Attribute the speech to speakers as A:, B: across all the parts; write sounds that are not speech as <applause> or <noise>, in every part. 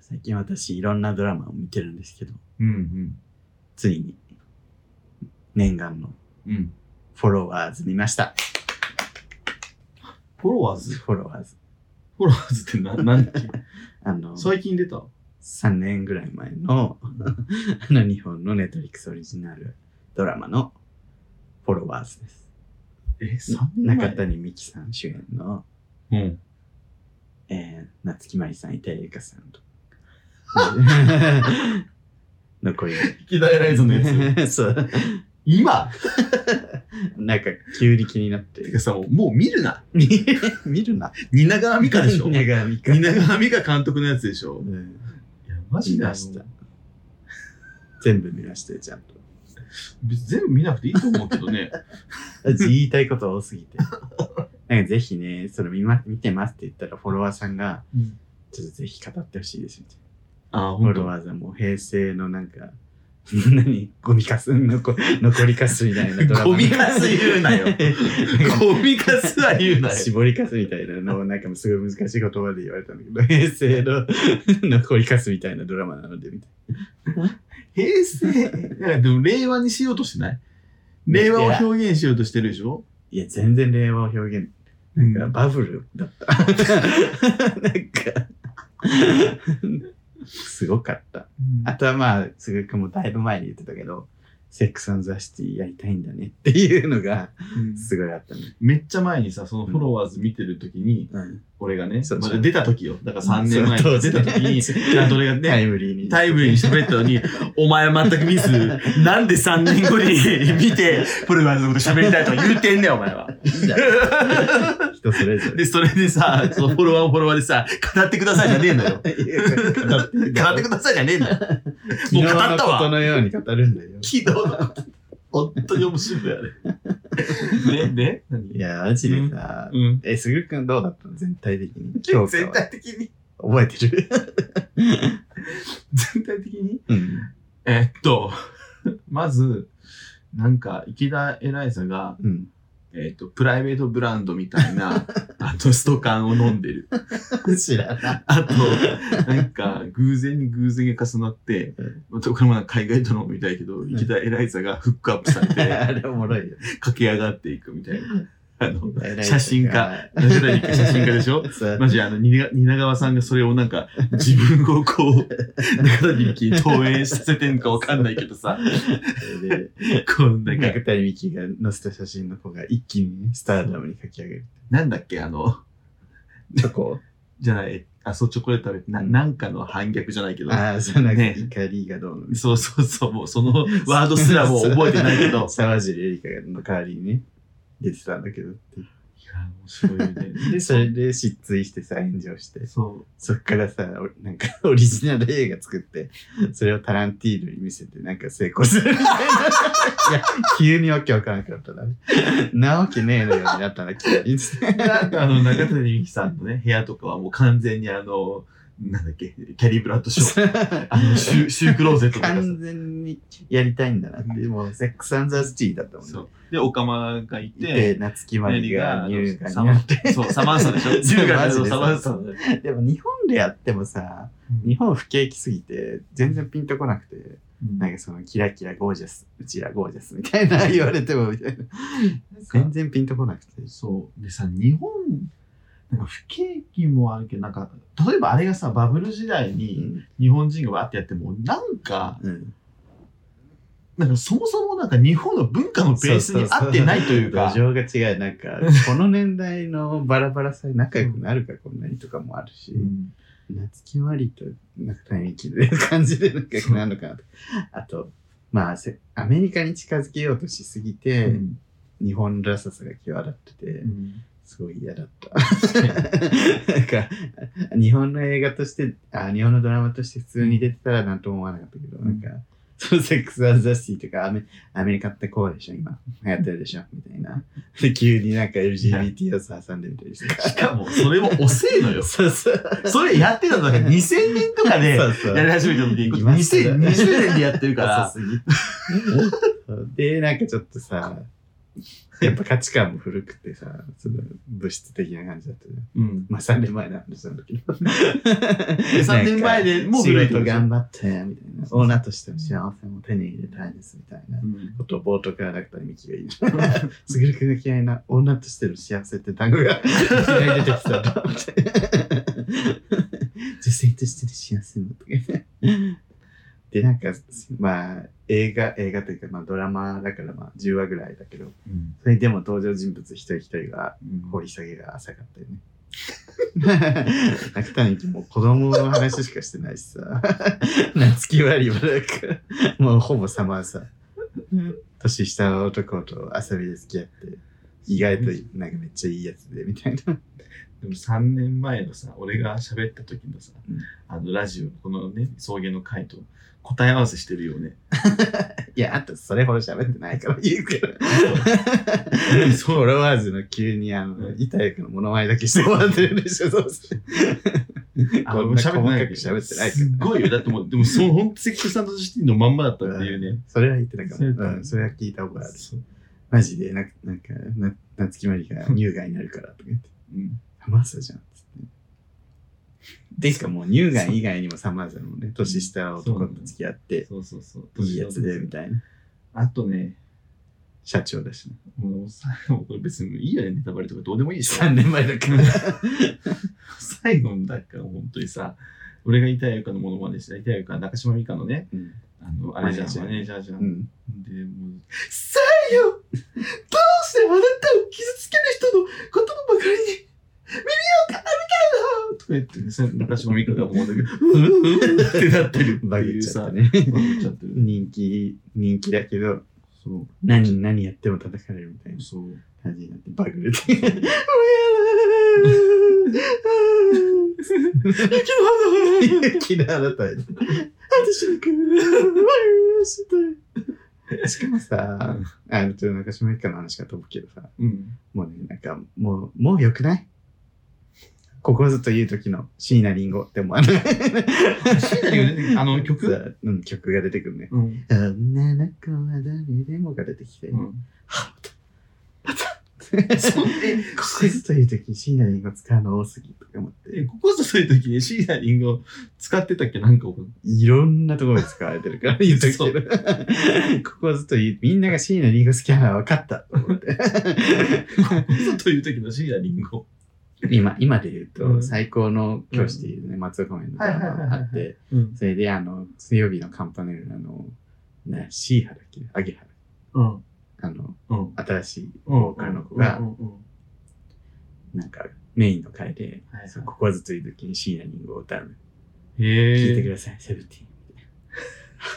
A: 最近私いろんなドラマを見てるんですけど、
B: うん
A: ついに念願の
B: うん。うん。
A: フォロワーズ見ました。
B: フォロワーズ
A: フォロワーズ。
B: フォロワーズってな、なんだっけ
A: あの、
B: <laughs> 最近出た
A: 3年ぐらい前の、 <laughs> あの日本のネットリックスオリジナルドラマのフォロワーズです。
B: え、3年前
A: 中谷美紀さん主演の、
B: うん。
A: えー、夏木マリさん、伊藤由香さんと。 <laughs> 残り。
B: キダイライズのやつ。 <laughs>
A: そう。
B: 今
A: なんか急に気になって
B: て。かさ、もうもう見るな。
A: 見るな。
B: 蜷川美香でし <laughs> ょ蜷
A: 蜷川美香
B: 川美香監督のやつでしょ
A: うん
B: いや、マ
A: 見
B: で
A: ました。全部見ましたよ、ちゃんと。
B: 別に全部見なくていいと思うけどね。
A: 私言いたいこと多す
B: <laughs>
A: ぎて。なんかぜひね、それ見,、ま、見てますって言ったらフォロワーさんが、
B: うん
A: ちょっとぜひ語ってほしいですみたい
B: <laughs> あ
A: な。
B: あ、
A: フォ
B: ほん
A: ロ
B: と。
A: ワーさんも平成のなんか、 <laughs> 何ゴミかす残残りかすみたいなドラマ
B: <laughs> ゴミかす言う
A: <laughs>
B: なよゴミかすは言うなよ。 <laughs>
A: 絞りかすみたいなのをなんかもうすごい難しい言葉で言われたんだけど、平成の <laughs> 残りかすみたいなドラマなので、みたい
B: 平成。いや、でも令和にしようとしてない令和を表現しようとしてるでしょ
A: な。いや、全然令和を表現。なんかバブルだった。 <laughs> なんか、すごかった。
B: うん
A: あとはまあ、すぐくんもだいぶ前に言ってたけど、セックスアンザシティやりたいんだねっていうのが、
B: うん
A: すごいあったね。
B: めっちゃ前にさ、そのフォロワーズ見てるときに、
A: うん。
B: 俺がね
A: そ、う
B: ま
A: そ
B: だ
A: う
B: 出た時よ。だから3年前に出た時に、
A: そ
B: ちゃんと俺が
A: タ
B: ね、
A: イムリーに。
B: タイムリーに喋ったのに、お前全く <laughs> ミス、なんで3年後に見て、フォロワーズのこと喋りたいとか言うてんねん、お前は。
A: いいじゃん人それぞ
B: <laughs>
A: れ。
B: で、それでさ、そのフォロワーをフォロワーでさ、語ってくださいじゃねえのよ。
A: 語って
B: 語ってくださいじゃねえのよ。
A: 昨日
B: もう語
A: の
B: った
A: こ
B: わ
A: とのように語るんだよ。
B: 昨日のこと。本当に面白いあ <laughs> れ。ね、ね
A: いや、マジでさ、
B: うん。
A: え、すぐくんどうだったの全体的に。今日
B: 全体的に、
A: 覚えてる
B: 全体的に
A: うん。
B: えっと、 <laughs> まず、なんか、池田エライザが、
A: うん。
B: えっと、プライベートブランドみたいな、あと、ストカンを飲んでる。
A: 知らない。
B: あと、なんか、偶然に偶然が重なって
A: うん、
B: まあ、これもなんか海外ドラマみたいけど、
A: ん
B: 池田エライザがフックアップされて、
A: <laughs> あれおもろいよ。
B: 駆け上がっていくみたいな。あの、写真家
A: 家。
B: 吉田陸写真家でしょ
A: そう
B: マジあの、蜷川蜷川さんがそれをなんか、自分をこう、中田美紀に投影させてんのかわかんないけどさ、
A: で、
B: こんな
A: 中
B: んか、
A: 谷美紀が載せた写真の子が一気にスターダムに書き上げる。
B: なんだっけ、あの、
A: チョコ
B: じゃない、あ、そう、チョコレート食べて、な
A: うん
B: なんかの反逆じゃないけど、
A: ああ、そうなんか、
B: ね
A: 怒りがどうの
B: そうそうそう、も
A: <laughs>
B: うそのワードすらもう覚えてないけど、いや、
A: 沢尻エリカの代わりにね、出てたんだけどって <laughs> いう。
B: 面白いよね。
A: で、それで失墜してさ、炎上して。
B: そう、
A: そっからさ、おなんかオリジナル映画作って、それをタランティーノに見せて、なんか成功するみたいな。い <laughs> や、急にわけわからなくなったな。なわけねえのようになったな、急に。
B: なんかあの、中谷美紀さん
A: <laughs>
B: のね、部屋とかはもう完全にあの、なんだっけ、キャリーブラッドショー、あの、シ
A: <laughs>
B: ューシュークローゼットとかさ、
A: 完全にやりたいんだなって、もうセックスアンザーシティだったもんね
B: そ。う。で、オカマがいて、
A: で、夏木マリが
B: ネ
A: ニ
B: リ
A: ュー
B: が
A: ガ
B: あの
A: になって。
B: そう、サマンサでしょ
A: そう
B: 龍
A: <laughs>
B: が
A: マジで
B: サマンサだね
A: でも日本でやってもさ、日本不景気すぎて、全然ピンとこなくて。
B: うん
A: なんかそのキラキラゴージャス、うちらゴージャスみたいな言われてもみたいな。全然ピンとこなくて。
B: そう。でさ、日本、なんか不景気もあるけど、なんか、例えばあれがさ、バブル時代
A: う
B: に
A: ん。
B: 日本人がわーってやっても、なんか、
A: うん。
B: なんかそもそもなんか日本の文化のベースに合ってないというか
A: 土、壌が違い、なんか、この年代のバラバラさえ仲良くなるかこんなにとかもあるし
B: う、ん
A: 夏木マリと中谷美紀で感じで仲良くなるのかなと。あと、まあ、せアメリカに近づけようとしすぎて、
B: うん
A: 日本らしさが際立ってて、すごい嫌だった。なんか、日本の映画として、あ、日本のドラマとして普通に出てたらなんとも思わなかったけど、
B: うん
A: なんか、そのセックスアンザシティとかアメ、アメリカってこうでしょ、今。流行ってるでしょ、みたいな。で、急になんか LGBT 要素挟んでみたりして。
B: しかも、それも遅いの
A: <laughs>
B: よ。
A: そうそう。
B: それやってたのが2000年とかで
A: そうそう
B: やり始めたのに、
A: いますね
B: 2020年でやってるから、
A: 遅すぎで、なんかちょっとさ、やっぱ価値観も古くてさ、その物質的な感じだったね。
B: うん。
A: <laughs> まあ3年前の話なんだけど。
B: <laughs> 3年前でもう
A: 仕
B: 古いって
A: 事
B: こと
A: 頑張って、みたいな。オーナーとしての幸せも手に入れたいです、みたいな
B: う。ん
A: ことを冒頭からだったらミキが言う。すぐるくんが嫌いな女としての幸せって単語がいきなり出てきたと思って。女性としての幸せもとか。で、なんか、まあ、映画、映画というか、まあ、ドラマだから、まあ、10話ぐらいだけど、
B: うん
A: それでも登場人物一人一人が、
B: うん
A: 掘り下げが浅かったよね。中谷貴も子供の話しかしてないしさ。夏木割りもなんか、もうほぼサマーさ。年下の男と遊びで付き合って、意外となんかめっちゃいいやつで、みたいな。
B: でも3年前のさ、俺が喋った時のさ、
A: うん
B: あのラジオ、このね、草原の回と答え合わせしてるよね。
A: いや、あとそれほど喋ってないから言うけど。フォロワーズの急にあの、板谷君のモノマネだけしてもらってるでしょ、そうする。
B: あ
A: <laughs> こんな細かく
B: けど
A: 喋ってないけど
B: すっごいよ。だってもう、でもその本当セクシーサンドシティのまんまだったっていうね。
A: それは言ってたか
B: そ
A: も。
B: れと
A: うん、それは聞いた覚えある。
B: そう
A: マジで、ななんか、な夏木マリが乳がんになるからとか言って、
B: うん
A: サマーサじゃんっつって。でしかも乳がん以外にもサマーサもね、年下の男と付き合って、
B: そうそうそう。
A: いいやつで、みたいな。
B: あとね、
A: 社長だしね。
B: もうさ、もうこれ別にいいよね、ネタバレとかどうでもいいでしょ
A: 3。年前だから。
B: 最後のだから本当にさ、俺が板谷かのものまでした。板谷か中島美香のね、
A: うん。
B: あの、あれじゃん、
A: マ
B: マ
A: ネ
B: ネ
A: ー
B: ージャーじゃん。
A: うん
B: で、もう、さあよどうしてあなたを傷つける人の言葉ばかりに耳を傾けるのとか言ってね、さ中島美香が思うんだ <laughs> けど、ううううってなってるって
A: バグ
B: い
A: っ
B: う
A: ちゃっ
B: さ
A: た、ね。
B: バグっちゃってる。
A: 人気、人気だけど、
B: そう。
A: 何、何やっても叩かれるみたいな
B: そう。
A: 感じになって、バグるっていう。
B: <laughs> 雪の花
A: キラーだったよね。私のくしかもさ、あの、ちょっと中島一家の話かと思うけどさ、
B: うん。
A: もうね、なんか、もう、もう良くないここずっと言う時の椎名林檎って思わない。
B: シーナリが出てあの曲
A: さうん、曲が出てくるね。
B: うん。
A: 女の子は誰でもが出てきて、 <laughs> こ
B: うん。そうえ
A: こずっと言う時椎名林檎使うの多すぎとか思って、
B: えここぞそういう時にシーナリングを使ってたっけなんか覚
A: いろんなところで使われてる
B: <laughs>
A: から言うときけど、 <laughs> ここはずっと言うみんなが椎名林檎好きなのは分かったと思って。
B: <laughs> えここぞという時のシーナリングを。
A: 今、今で言うと、
B: うん
A: 最高の教師っていうね、松岡面のドラマがあっ
B: はいはいはい
A: て、それで、あの、水曜日のカンパネルのあの、な、シーハラっけアゲハ
B: うん。
A: ラ。あの、
B: うん。
A: 新しい、
B: うん。
A: ボーカルの子が
B: うんうん
A: なんか、メインの回で、
B: はいはい
A: そうここはずっと言うときに椎名林檎を歌うの。聞い
B: へ
A: て
B: え。
A: ください、セブンティ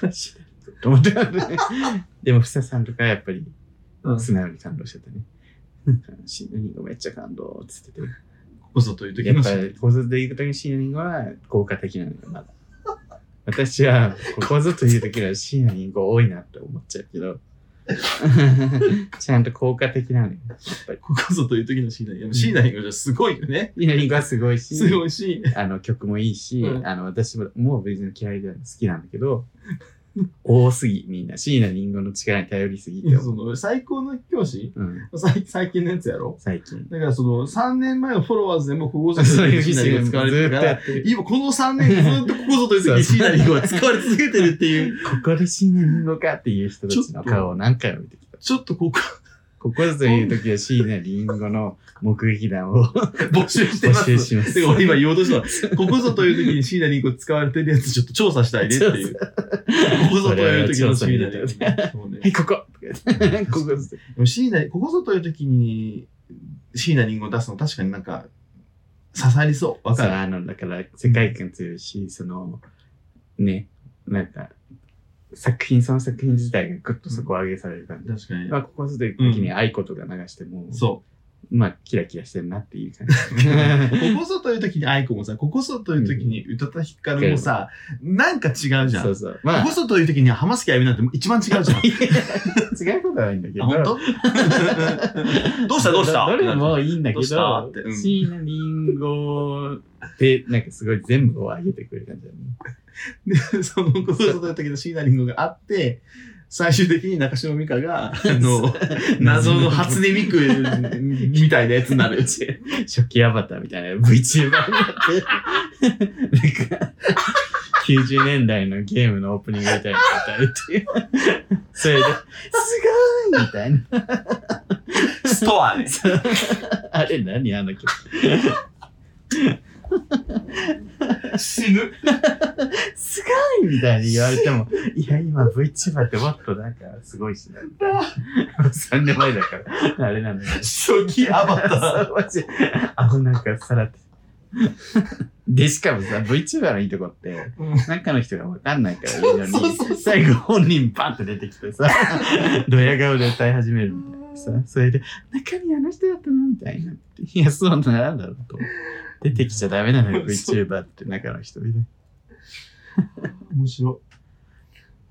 A: ーン。 <laughs> 椎名林檎と思ってたね。 <laughs> でも、ふささんとかやっぱり、
B: うん
A: 素直に感動してたね。シーナリンゴめっちゃ感動っつってて。
B: ここぞという時
A: やっ
B: の
A: ぱ
B: シーナ
A: り、ここぞという時のシーナリンゴは効果的なのよ、ま
B: <laughs>
A: だ。私は、ここぞという時のシーナリンゴ多いなって思っちゃうけ
B: <laughs>
A: ど、ちゃんと効果的なのよ、やっぱり。
B: ここぞという時のシーナリング。シーナリングじゃすごいよね。
A: シーナリンゴはすごいし、
B: すごいし。
A: あの曲もいいし、
B: うん
A: あの私ももう別に嫌いでは好きなんだけど、多すぎ、みんな。シーナリンゴの力に頼りすぎて思。
B: そうの最高の教師
A: うん、
B: 最最近のやつやろ
A: 最近。
B: だからその3年前のフォロワーズでもここぞと
A: そうい
B: い
A: うう
B: シ
A: シ
B: ーナ
A: ー
B: リン
A: ナリン
B: グが使
A: ゴ
B: わ
A: が
B: れて
A: ずっ
B: るか
A: とや
B: ら
A: ってる。
B: 今この3年ずっとここぞという時にシーナリングは使われ続けてるって
A: <laughs>
B: いう。
A: ここでシーナリンゴかっていう人たちの顔を何回も見てきた。
B: ちょっとここ
A: ここぞという時はシーナリンゴの目撃談を
B: 募集して
A: 募
B: ます。
A: 集
B: <laughs>
A: します。
B: てか俺今言おうとしたのここぞという時に椎名林檎使われてるやつちょっと調査したいねっていう。ここぞという時の椎名林檎。そう
A: はい、
B: ね
A: ここここぞと
B: でも椎名ここぞという時に椎名林檎を出すの確かになんか刺さりそう。わ
A: そう
B: かる。
A: あの、だから世界観強いし、その、ね、なんか、作品、その作品自体がぐっと底上げされる感じ。
B: 確かに
A: ま。あ、ここぞという時に愛子とか流しても、
B: そ
A: まあ、キラキラしてるなっていう感じ。
B: う。ここぞという時にアイコもさ、ここぞという時に宇多田ヒカルもさ、なんか違うじゃん。
A: そう
B: こ
A: そう。ま <laughs> あ
B: こ、ぞという時に浜崎あゆみなんて一番違うじ <laughs> ゃん。
A: 違うことはないんだけど。
B: あ、本当 <laughs> どうしたどうした
A: どれもいいんだけど、
B: どうしたってうん
A: 椎名林檎って、 <laughs> なんかすごい全部を上げてくれる感じだね。
B: で、その、こそという時の椎名林檎があって、最終的に中島美嘉が、あの、 <laughs> <laughs> 謎の初音ミクみたいなやつにな
A: <laughs>
B: る。
A: 初期アバターみたいな VTuber になって、なんか、90年代のゲームのオープニングみたいに歌うっていう。そ
B: <laughs>
A: れで、すごいみたいな。
B: ストアね。
A: そうあれ何あの曲。
B: 死ぬ。
A: すごいみたいに言われても、いや、今 VTuber ってもっとなんかすごい
B: <laughs>
A: しな。みたいな3年前だから、あれなんだけど。
B: 初期アバター。
A: そうマジあのなんかさらって。で、しかもさ、VTuber のいいとこって、中の人がわかんないからいいの
B: そうそうそうそ
A: に、
B: う
A: 最後本人バンって出てきて
B: <laughs>
A: さ、ドヤ顔で歌い始めるみたいなさ、それで、中身あの人だったのみたいなって。いや、そうなんだろうと。出てきちゃダメなのよ、
B: そう
A: VTuber って中の人みたい
B: 面白い。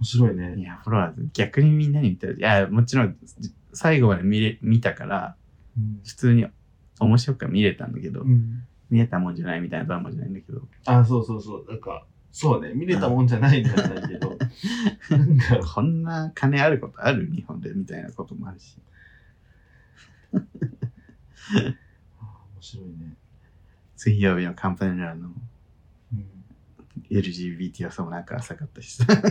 B: 面白い
A: な。い
B: ね。
A: や、フォロワーズ、逆にみんなに見たら、いや、もちろん、最後まで見れ見たから、普通に面白くは見れたんだけど、
B: うん。
A: 見えたもんじゃないみたいなドラマじゃないんだけど、
B: あ、そうそうそう。なんか、そうね。見れたもんじゃないんだけ <laughs> ど。なんか、
A: こんな金あることある日本でみたいなこともあるし。
B: 面白いね。
A: 水曜日のカンパネラの
B: うん。
A: LGBT 予想もなんか浅かったしさ。なんか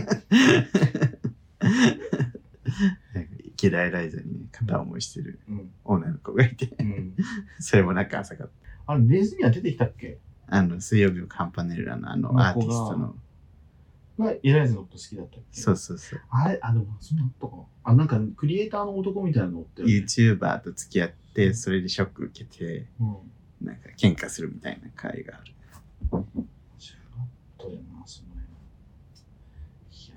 A: 池田エライザにね、片思いしてる
B: うん。
A: 女の子がいて、
B: うん。
A: それもなんか浅かっ
B: あれ、レズには出てきたっけ
A: た。あの、水曜日のカンパネラのあの
B: この子が
A: アーティストの、
B: が、エライザのこと好きだったっけ
A: そうそうそう、
B: あれ、あ、でも、そんなあったかな。あ、なんか、クリエイターの男みたいなのって。
A: YouTuber と付き合って、それでショック受けて、
B: うん。面
A: なんか喧嘩するみたいな回がある。
B: 白かったよな、その辺。いや、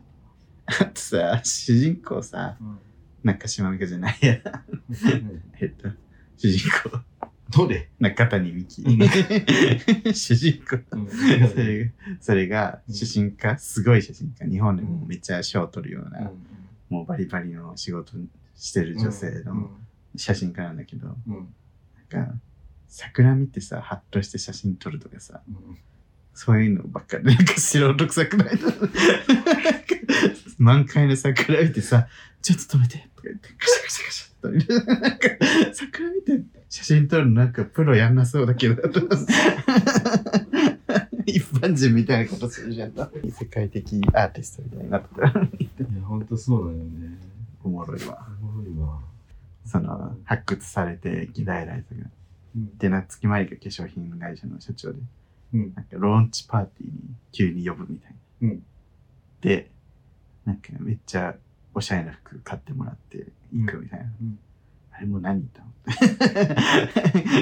A: あとさ、主人公さ、
B: うん。
A: 中島美香じゃないや。えっと、主人公、
B: <laughs> どうで
A: 中谷美紀
B: うん。
A: 主人公。
B: うん。
A: それがそれが
B: うん
A: 写真家、すごい写真家日本でも
B: うん
A: めっちゃ賞を取るような、もうバリバリの仕事してる女性の写真家なんだけど、
B: うん。うん。
A: なんか桜見てさハッとして写真撮るとかさ
B: うん
A: そういうのばっかりなんか素人臭くないなんか満開の桜見てさちょっと止めてとか言ってカシャカシャカシャっとなんか桜見て写真撮るのなんかプロやんなそうだけど一般人みたいなことするじゃん世界的アーティストみたいになってた
B: いや、ほんとそうだよね。
A: おもろいわ
B: すごいわ。
A: その発掘されてギダイライズが
B: うん。
A: で夏木マリが化粧品会社の社長で
B: うん。
A: なんかローンチパーティーに急に呼ぶみたいな。
B: うん
A: で、なんかめっちゃおしゃれな服買ってもらって行くみたいな。
B: うん
A: あれもう何だ <laughs> 化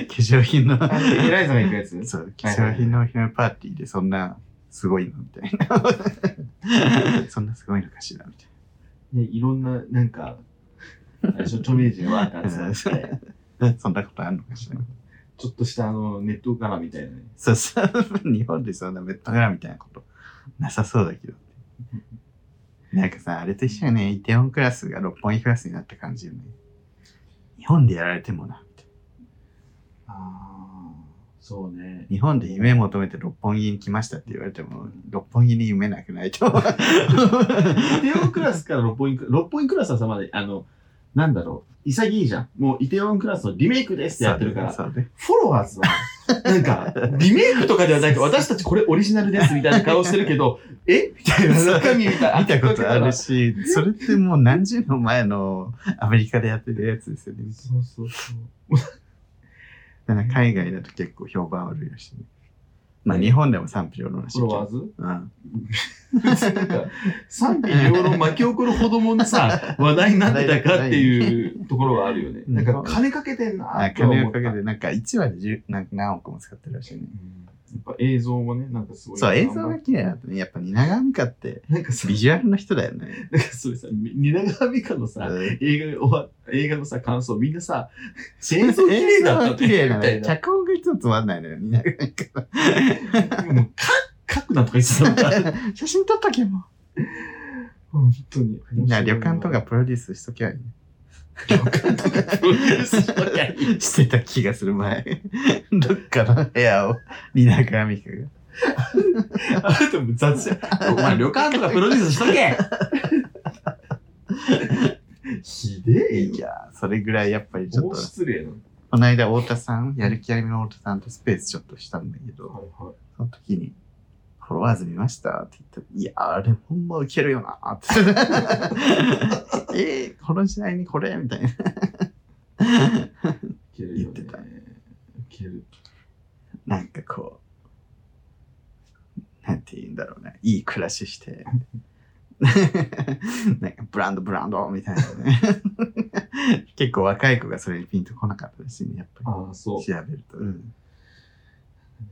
A: 粧品の、
B: あ、エライザが行くや <laughs> つ
A: そう、化粧品のお披露目パーティーでそんなすごいのみたい
B: <laughs>
A: な。そんなすごいのかしらみたい
B: ね、いろんな、なんか、あれでしょ著名人は <laughs> 集まって、
A: な。そんなことあるのかしら。
B: ちょっとしたあの、ネットからみたいなね。
A: そうそう、日本でそんなベッドガラみたいなことなさそうだけど。なんかさ、あれと一緒よね、イテオンクラスが六本木クラスになった感じよね。日本でやられてもな、みたいな
B: ああ、そうね。
A: 日本で夢求めて六本木に来ましたって言われても、六本木に夢なくないと。
B: イテオンクラスから六本木クラス、六本木クラスはさまで、あの、なんだろう、潔いじゃん。もうイテオンクラスのリメイクですってやってるから、
A: そうね。
B: フォロワーズは、 <laughs> なんか、リメイクとかではなく、私たちこれオリジナルですみたいな顔してるけど、えみたいな中身みたいな。
A: 見たことあるし、それってもう何十年前のアメリカでやってるやつですよね。
B: そうそうそう。
A: だから海外だと結構評判悪いらしいね。まあ
B: ね
A: 日本でも賛否両論らしい
B: フォ
A: け
B: ロワー
A: ど。
B: ズ
A: うん。
B: 別になんか、賛否両論巻き起こるほどもさ、話題になってたかっていうところはあるよね。なんか、金かけてんな
A: あ、
B: ーとは
A: 金を
B: 思っ
A: か
B: た。
A: け
B: や
A: て、なんか1話で10なんか何億も使ってるらしいね。
B: っぱ映像もね、なんかすごい。
A: そう、映像が綺麗だとね、やっぱ蜷川美香って
B: なんかさ、
A: ビジュアルの人だよね。
B: なんか <laughs> それさ、蜷川美香の
A: う
B: さ、
A: ん
B: 映画が終わ映画のさ、感想、みんなさ、映像綺麗だっ
A: <laughs>
B: た
A: 映像は綺
B: ね
A: 麗な
B: み
A: の
B: た
A: よ
B: いな。
A: 脚本がいつもつまんない
B: <laughs>
A: のよ、蜷川美香は。
B: もう、か、かくなとか言っ
A: <laughs>
B: てたもん
A: 写真撮っとけも
B: 本当に。
A: う。みんな旅館とかプロデュースしときゃいい。
B: 旅館とかプロデュースしと
A: <laughs>
B: きゃいい。
A: してた気がする前。 <laughs> どっかの部屋を蜷川美香が。
B: あなたも雑誌。お前旅館とかプロデュースしとけひでえ
A: い
B: よ。
A: やーそれぐらいやっぱりちょっ
B: もう
A: と
B: 失礼なの。
A: この間太田さんやる気ありみの太田さんとスペースちょっとしたんだけど
B: はいはい。
A: その時に「フォロワーズ見ました」って言ったら「いやーあれほんまウケるよな」って <laughs> 「えー、この時代にこれ」みたいな
B: 切れるよ
A: 言ってた
B: ね。切れる。
A: <laughs> なんかこう、なんて言うんだろうね。いい暮らしして、 <laughs> なんかブランドブランドみたいなね。 <laughs> 結構若い子がそれにピンとこなかったですね、やっぱ
B: ああ、そ
A: り。調べると。うん。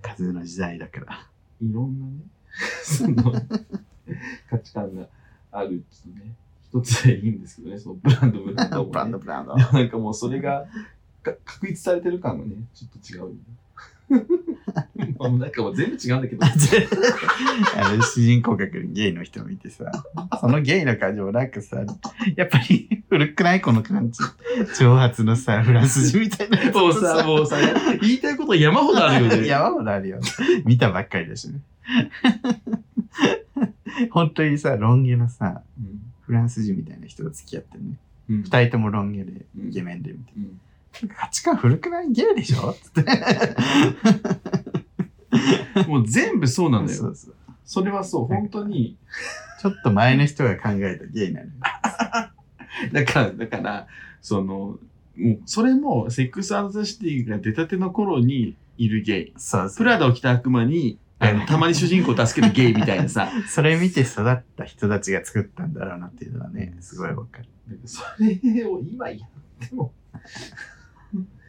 A: 風の時代だから。
B: う。いろんなね、 <laughs> その、価値観があるちょっとね、一つでいいんですけどね、そのブランドブランドも、ね。
A: ブランドブランド
B: で。もなんかもうそれがか確立されてる感がね、ちょっと違うよね。 <laughs> まあなんかもう全部違うんだけど。
A: あの主人公格にゲイの人を見てさ、そのゲイの感情もなんかさ、やっぱり <laughs> 古くないこの感じ。挑発のさ、フランス人みたいなやつ
B: も
A: と
B: うさ、もうさ、言いたいこと山ほどあるよ
A: <laughs>
B: ね。
A: 山ほどあるよ。見たばっかりだしね。本当にさ、ロン毛のさ、
B: うん
A: フランス人みたいな人と付き合ってね。
B: うん
A: 二人ともロン毛で、
B: うん
A: イケメンで、みたい
B: うん
A: な。価値観古くないゲイでしょつって。
B: もう全部そうなんだ
A: そ
B: よ。
A: うそう
B: それはそう、本当に。
A: ちょっと前の人が考えたゲイなのよ。
B: だから、だから、その、もうそれも、セックスザシティが出たての頃にいるゲイ。
A: そう
B: プ
A: そう。
B: ラダを着た悪魔に、あのたまに主人公を助けるゲイみたいなさ。
A: それ見て育った人たちが作ったんだろうなっていうのはね、すごいわかる。
B: <laughs> それを今やっても。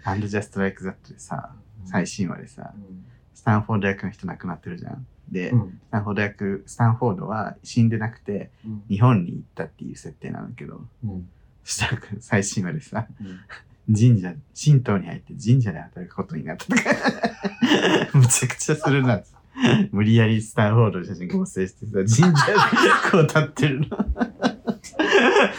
A: アンドジャストライクザットでさ、最新話でさ、
B: うん
A: スタンフォード役の人亡くなってるじゃん。で、
B: う
A: ス
B: ん
A: タンフォード役、スタンフォードは死んでなくて、
B: うん
A: 日本に行ったっていう設定なんだけど、
B: <laughs> うん
A: そしたら最新話でさ、
B: うん
A: 神社、神道に入って神社で働くことになったとか、むちゃくちゃするなって。無理やりスタンフォードの写真合成してさ、神社でこう立ってるの。
B: <laughs>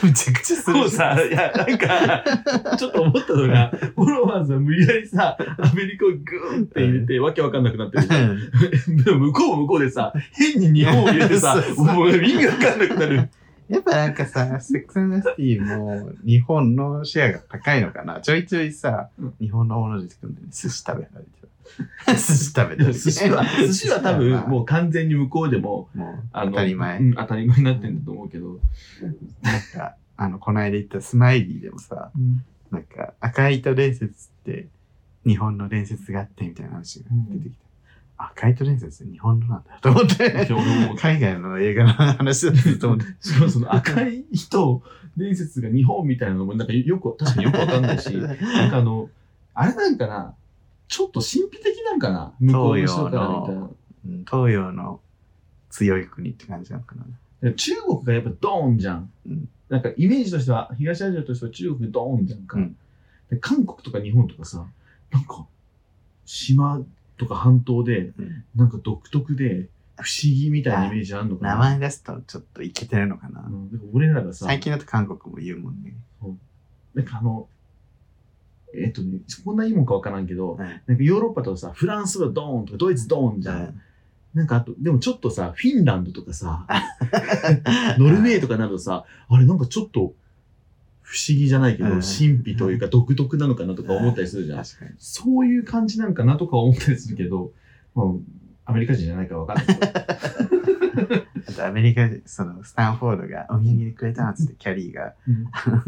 A: むちゃくちゃす
B: こう
A: るし。
B: さ、いや、なん <laughs> か、ちょっと思ったのが、フォロワーズは無理やりさ、アメリカをグーンって入れて、わけわかんなくなってる。でも向こうも向こうでさ、変に日本を入れてさ <laughs>
A: そう、そう
B: もう意味わかんなくなる。
A: <laughs> やっぱなんかさ、セックスンダシティも日本のシェアが高いのかな。ちょいちょいさ、
B: うん
A: 日本のもの出てくるんだよね。寿司食べられて
B: <laughs>
A: る。寿司食べ
B: い
A: た
B: や
A: り
B: 寿司は、寿司は多分も
A: も
B: う完全に向こうでも、
A: う、もう
B: あの
A: 当たり前
B: う。ん当たり前になってんだと思うけど。
A: なんか、あの、この間行ったスマイリーでもさ、なんか、赤い糸伝説って日本の伝説があってみたいな話が出てきた。赤い糸伝説って日本のなんだと思って
B: で。ももう
A: 海外の映画の話だったと思
B: <laughs>
A: って。
B: しかもその赤い人伝説が日本みたいなのもなんかよく確かによくわかんな
A: <laughs>
B: いしなんかあのあれなんかなちょっと神秘的なんかな向こうの人から見たら
A: うん東洋の強い国って感じなのかな。
B: でも中国がやっぱドーンじゃん、
A: うん
B: なんかイメージとしては東アジアとしては中国ドーンじゃんか、
A: うん
B: で韓国とか日本とかさなんか島とか半島で
A: うん
B: なんか独特で不思議みたいなイメージあるのか
A: 名
B: な、
A: 前出すとちょっといけてるのかな
B: う。ん、なんか俺らがさ
A: 最近だと韓国も言うもんね。
B: なんかあの、えっ、とね、こんないいもんかわからんけど、
A: うん
B: なんかヨーロッパとかさ、フランスはドーンとかドイツドーンじゃん。なんかあと、でもちょっとさ、フィンランドとか
A: <laughs>
B: さ、ノルウェーとかなるとさ、あれなんかちょっと不思議じゃないけど、
A: うん
B: 神秘というか独特なのかなとか思ったりするじゃん。
A: 確かに。
B: そういう感じなんかなとか思ったりするけど、まあ、アメリカ人じゃないからわかんないけ
A: <laughs>
B: ど。
A: あとアメリカで、そのスタンフォードがお土産でくれたっつってキャリーが
B: う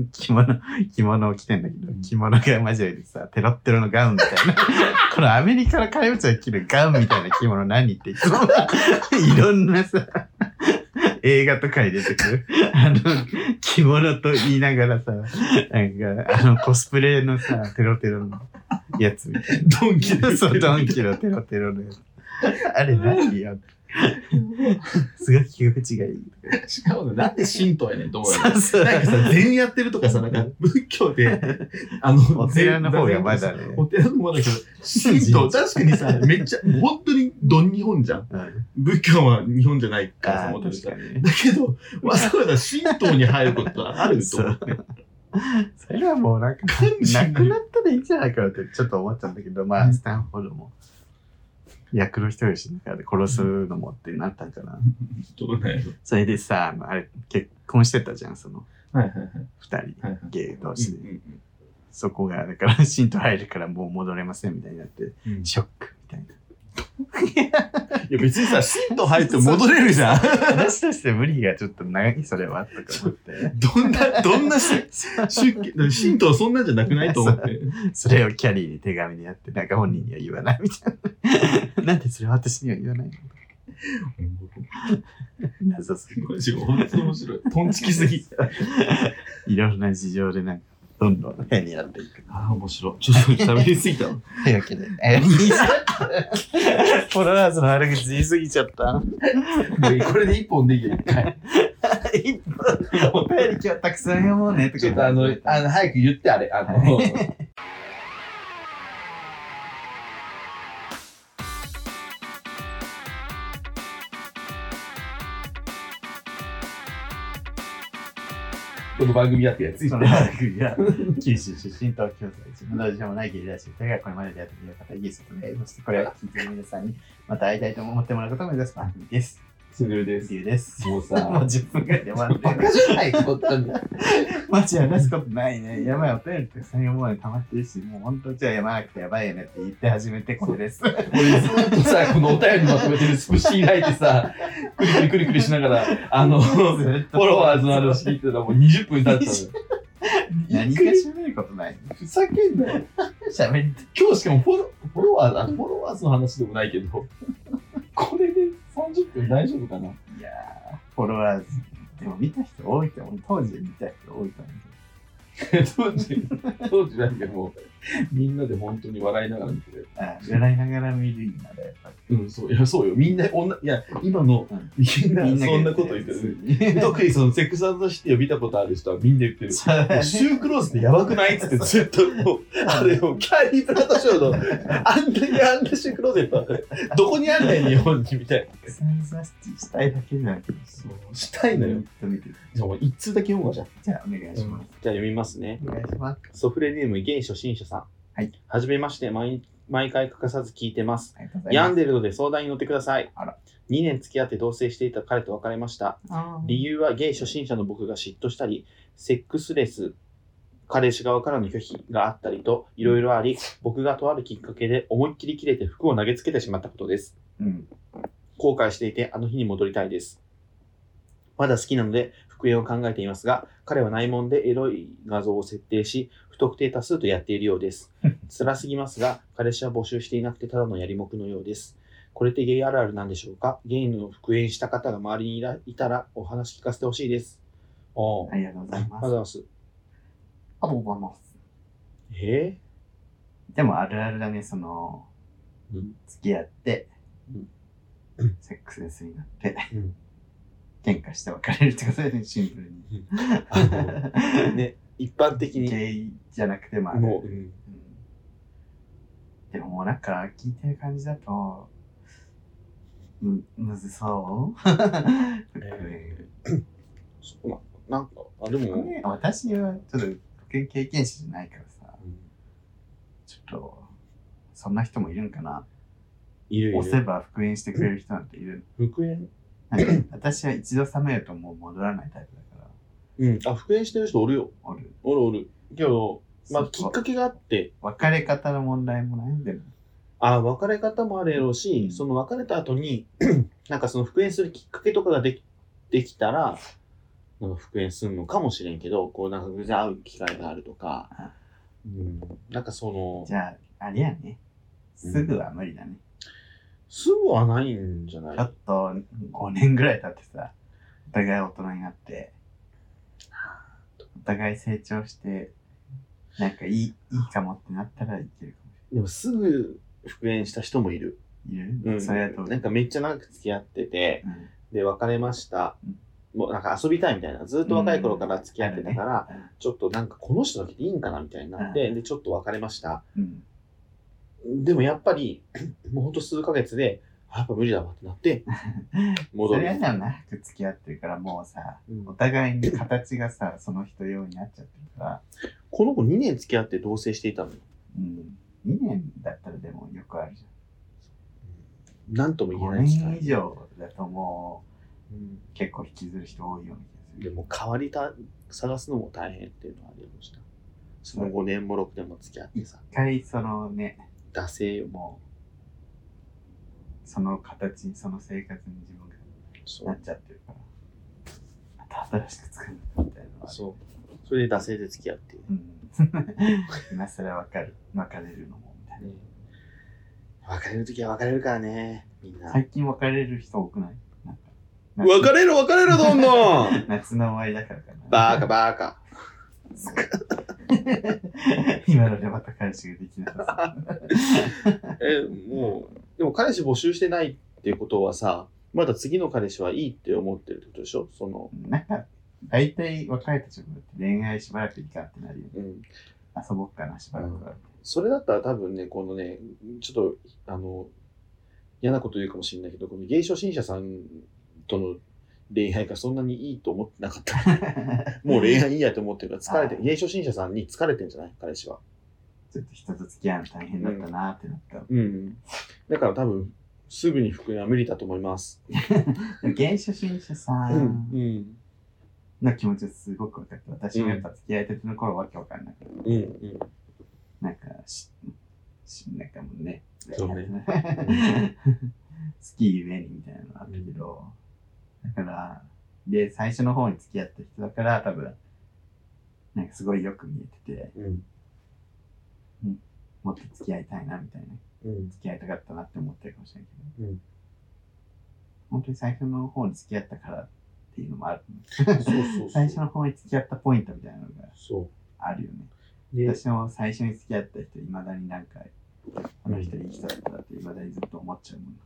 B: ん
A: 着物、着物を着てんだけど
B: うん、
A: 着物がマジでさ、テロッテロのガウンみたいな。
B: <laughs>
A: このアメリカの金持ちが着るガウンみたいな着物何っていつも、いろんなさ、映画とかに出てくる、あの、着物と言いながらさ、なんか、あの、コスプレのさ、テロテロのやつみたいな。
B: ドンキで。 <laughs>
A: そう、ドンキのテロテロのやつ。あれ何やすごい着口がいい。
B: しかもね、なんで神道やねんと思うよね。
A: うそ
B: なんかさ、禅やってるとかさ、なんか仏教で、あの、
A: お寺の方
B: 禅
A: がまだね
B: お寺の方だけど、神道、確かにさ、めっちゃ、本当にどん日本じゃん。
A: うん
B: 仏教は日本じゃない
A: あ
B: からさ、
A: ー
B: もともと
A: 確
B: さ
A: か
B: だ
A: に。
B: けど、わざわざ神道に入ることはあると
A: そ
B: 思う
A: う。それはもうなんか、
B: 神
A: な
B: 神
A: くなったらいいんじゃないかなってちょっと思っちゃうんだけど、ま
B: う
A: あ、
B: ん
A: スタンフォードも、役の人よしの中で殺すのもってなったんかな。
B: どうなんやろ
A: それでさ、あれ、結婚してたじゃん、その
B: はいはいはい。
A: 二人、
B: はいはい
A: ゲイ同
B: う
A: 士
B: ん
A: で。そこが、だから、信徒入るからもう戻れませんみたいになって、
B: うんうんい
A: ショックみたいな。
B: や別にさ、シント入って戻れるじゃん。
A: 私として無理がちょっと長い、それは、とか思って。
B: どんな、どんなし出家、神道そんなんじゃなくないと思って。
A: それをキャリーに手紙にやって、なんか本人には言わないみたい <laughs> な。なんでそれは私には言わないの <laughs> 謎すぎる。
B: マジ本当に面白い。トンチキすぎ。
A: <laughs> いろんな事情でなんか、どんどん変になっていく。
B: ああ、面白い。ちょっと喋りすぎたわ。
A: というわけ <laughs> で、え、言いちゃった。フォロワーズの悪口言いすぎちゃった。
B: <laughs> これで一本でいい <laughs> よ、一回。
A: 一本お便り今日たくさん読もうねとか
B: ち
A: 言
B: ょってとあの、あの、早く言ってあれ。あの、 <laughs> この番組やってやつ。
A: その番組は九州出身東京在住のどうしようもないゲリラ集会がこれまででやっている方ゲストでそしてこれを聞いている皆さんにまた会いたいと思ってもらうことを目指す番組です。
B: すぐるです。
A: 理由です。
B: もうさ、
A: <laughs> もう10分ぐらいで終わって
B: バカじゃない、こんなの
A: マジ話すことないね。やばい、お便りたくさん読もうね溜まってるし、もう本当じゃあ読まなくてやばいよねって言って始めてこれです。
B: 俺ずっとさ、このお便りまとめてるスプシー開いてさ、クリクリクリクリしながら、 <laughs> あの、フォロワーズの話聞いてたらもう20分経ったのよ。
A: 何か喋ることない。
B: ふざけんなよ。
A: 喋りた。
B: 今日しかもフォロフォロワーだ、フォロワーズの話でもないけど、これで30分大丈夫かない
A: いやー、フォロワーズ。でも見た人多いと思う。当時見た人多いと思う。
B: 当時、当時なんかもう、みんなで本当に笑いながら見てる。
A: あ笑いながら見るんだね、やっぱり。
B: うん、そう、いや、そうよ。みんな、女、いや、今の、みんな、そんなこと言ってる。
A: る。
B: 特にそのセックスアンドザシティを見たことある人はみんな言って <laughs> る。もうシュークローズってやばくないっつってずっともう、あれをキャリープラットショーのあんなにあんなシュークローゼットはどこにあんねん日本にみたいな。
A: サンサスティしたいだけじゃなくて、
B: そう、したいのよ。
A: と見てる
B: じゃあもう一通だけ読もうかじゃあ。
A: じゃあ、お願いします。
B: じゃあ読みますね。
A: お願いします。
B: ソフレネーム、現初心者さん。
A: はい。
B: はじめまして毎、毎回欠かさず聞いてます。
A: ありがとうござい
B: 病
A: ま
B: んでるので相談に乗ってください。
A: あら
B: 2年付き合って同棲していた彼と別れました。
A: す。
B: 理由はゲイ初心者の僕が嫉妬したり、セックスレス、彼氏側からの拒否があったりと、いろいろあり、僕がとあるきっかけで思いっきり切れて服を投げつけてしまったことです。
A: うん。
B: 後悔していて、あの日に戻りたいです。まだ好きなので、復縁を考えていますが、彼は内門でエロい画像を設定し、不特定多数とやっているよ
A: <laughs>
B: うです。辛すぎますが、彼氏は募集していなくてただのやりもくのようです。これってゲイあるあるなんでしょうかゲイの復縁した方が周りにいらいたらお話聞かせてほしいです。おお、
A: ありがとうござい
B: ありが
A: ま
B: とうご
A: す。
B: ざいます。
A: あ、僕はも
B: え
A: う。でもあるあるだね、その、<laughs>
B: ーうん
A: 付き合って
B: うん、
A: セックスレスになって、
B: うん
A: 喧嘩して別れるってことだよね、シンプルに。
B: あのね、一般的に、
A: ゲイじゃなくてもある。
B: もう、うん
A: うんでももうなんか聞いてる感じだと、む、むずそう。
B: えそうななんか、あ、でも、
A: ね私はちょっと保険経験者じゃないからさ、
B: うん
A: ちょっと、そんな人もいるんかな。
B: いるい
A: 押せ
B: る。
A: ば復縁してくれる人なんている。
B: 復縁
A: なんか私は一度冷めるともう戻らないタイプだから、
B: うん。あ、復縁してる人おるよ。
A: おる。
B: おるおる。けど、まあ、
A: そ
B: き
A: う
B: っかけがあって、
A: 別れ方の問題も悩んでる。
B: あ別れ方もあるやろうし、
A: うん
B: その別れた後に、 <clears throat> なんかその復縁するきっかけとかができできたら、なんか復縁するのかもしれんけど、こう、なんか偶然会う機会があるとか、うん、なんかその
A: じ、ゃあ、あれやね。すぐは無理だね。
B: すぐはないんじゃない
A: ちょっと5年ぐらい経ってさ、お互い大人になって、お互い成長して、なんかいい、いいかもってなったらいけるかも
B: でも、すぐ復縁した人もいる。
A: しれない。いる、
B: うん。
A: それだと、
B: なんかめっちゃ長く付き合ってて、
A: うん
B: で、別れました
A: うん。
B: もうなんか遊びたいみたいな。ずっと若い頃から付き合ってたから、
A: あるね
B: ちょっとなんかこの人だけでいいんかなみたいになって、で、ちょっと別れました。
A: うん。
B: でもやっぱり、 <clears throat> もうほんと数ヶ月で、あやっぱ無理だわってな
A: <laughs>
B: って、
A: そ
B: 戻
A: れは
B: る
A: で。も長く付き合ってるから、もうさ、
B: うん
A: お互いに形がさ、その人用になっちゃってるから、
B: この子2年付き合って同棲していたのよ。
A: うん。2年だったらでもよくあるじゃん。
B: なんとも言え
A: 5
B: ないですから
A: 年以上だともう結構引きずる人多いような気がす
B: で
A: る。
B: も代わりた探すのも大変っていうのはありましたその5年も6年も付き合ってさ
A: 一回そのね、
B: 惰性を
A: もうその形にその生活に自分が
B: そ
A: な
B: う
A: っちゃってるから、また新しく作るのかみたいなのはある
B: そうそれで惰性で付き合ってね
A: うん、 <laughs> 今更わかる、別れるのもみたいな。
B: 別れる時は別れるからねみんな
A: 最近別れる人多くないなんか
B: 別れる別れるどんどん
A: 夏の終わりだからかな。
B: バカバカ
A: <laughs> 今のでまた彼氏ができなかった。
B: えもうでも彼氏募集してないっていうことはさまだ次の彼氏はいいって思ってるってことでしょその、
A: なんか、 <laughs> 大体別れた直後って恋愛しばらくいいかってなるよね。
B: うん、
A: 遊ぼっかな、しばらくは。
B: それだったら多分ねこのねちょっとあの嫌なこと言うかもしれないけどこの芸初心者さんとの恋愛がそんなにいいと思ってなかった <laughs> もう恋愛いいやと思ってるから疲れ
A: あ
B: て芸初心者さんに疲れてんじゃない彼氏は
A: <laughs> ちょっと人と付き合うの大変だったなってなった。
B: うんだから多分すぐに復縁は無理だと思います
A: でも原初心者さ
B: うんん
A: の気持ちはすごく分かって、私もやっぱ付き合いたての頃はわけわかんなくて、
B: うんうん
A: なんかし、しなんかもうね、
B: そう
A: ね好きゆえにみたいなのあったけど、だから、で、最初の方に付き合った人だから、多分、なんかすごいよく見えてて、
B: うん
A: もっと付き合いたいなみたいな
B: <laughs> うん
A: 付き合いたかったなって思ってるかもしれないけど、
B: うん
A: 本当に最初の方に付き合ったからっていうのもある
B: そうそうそ
A: 最
B: う
A: 初の方に付き合ったポイントみたいなのが
B: そ
A: あるよね、
B: うで
A: 私も最初に付き合った人いまだになんかあの人いい人だったなっていまだにずっと思っちゃうもん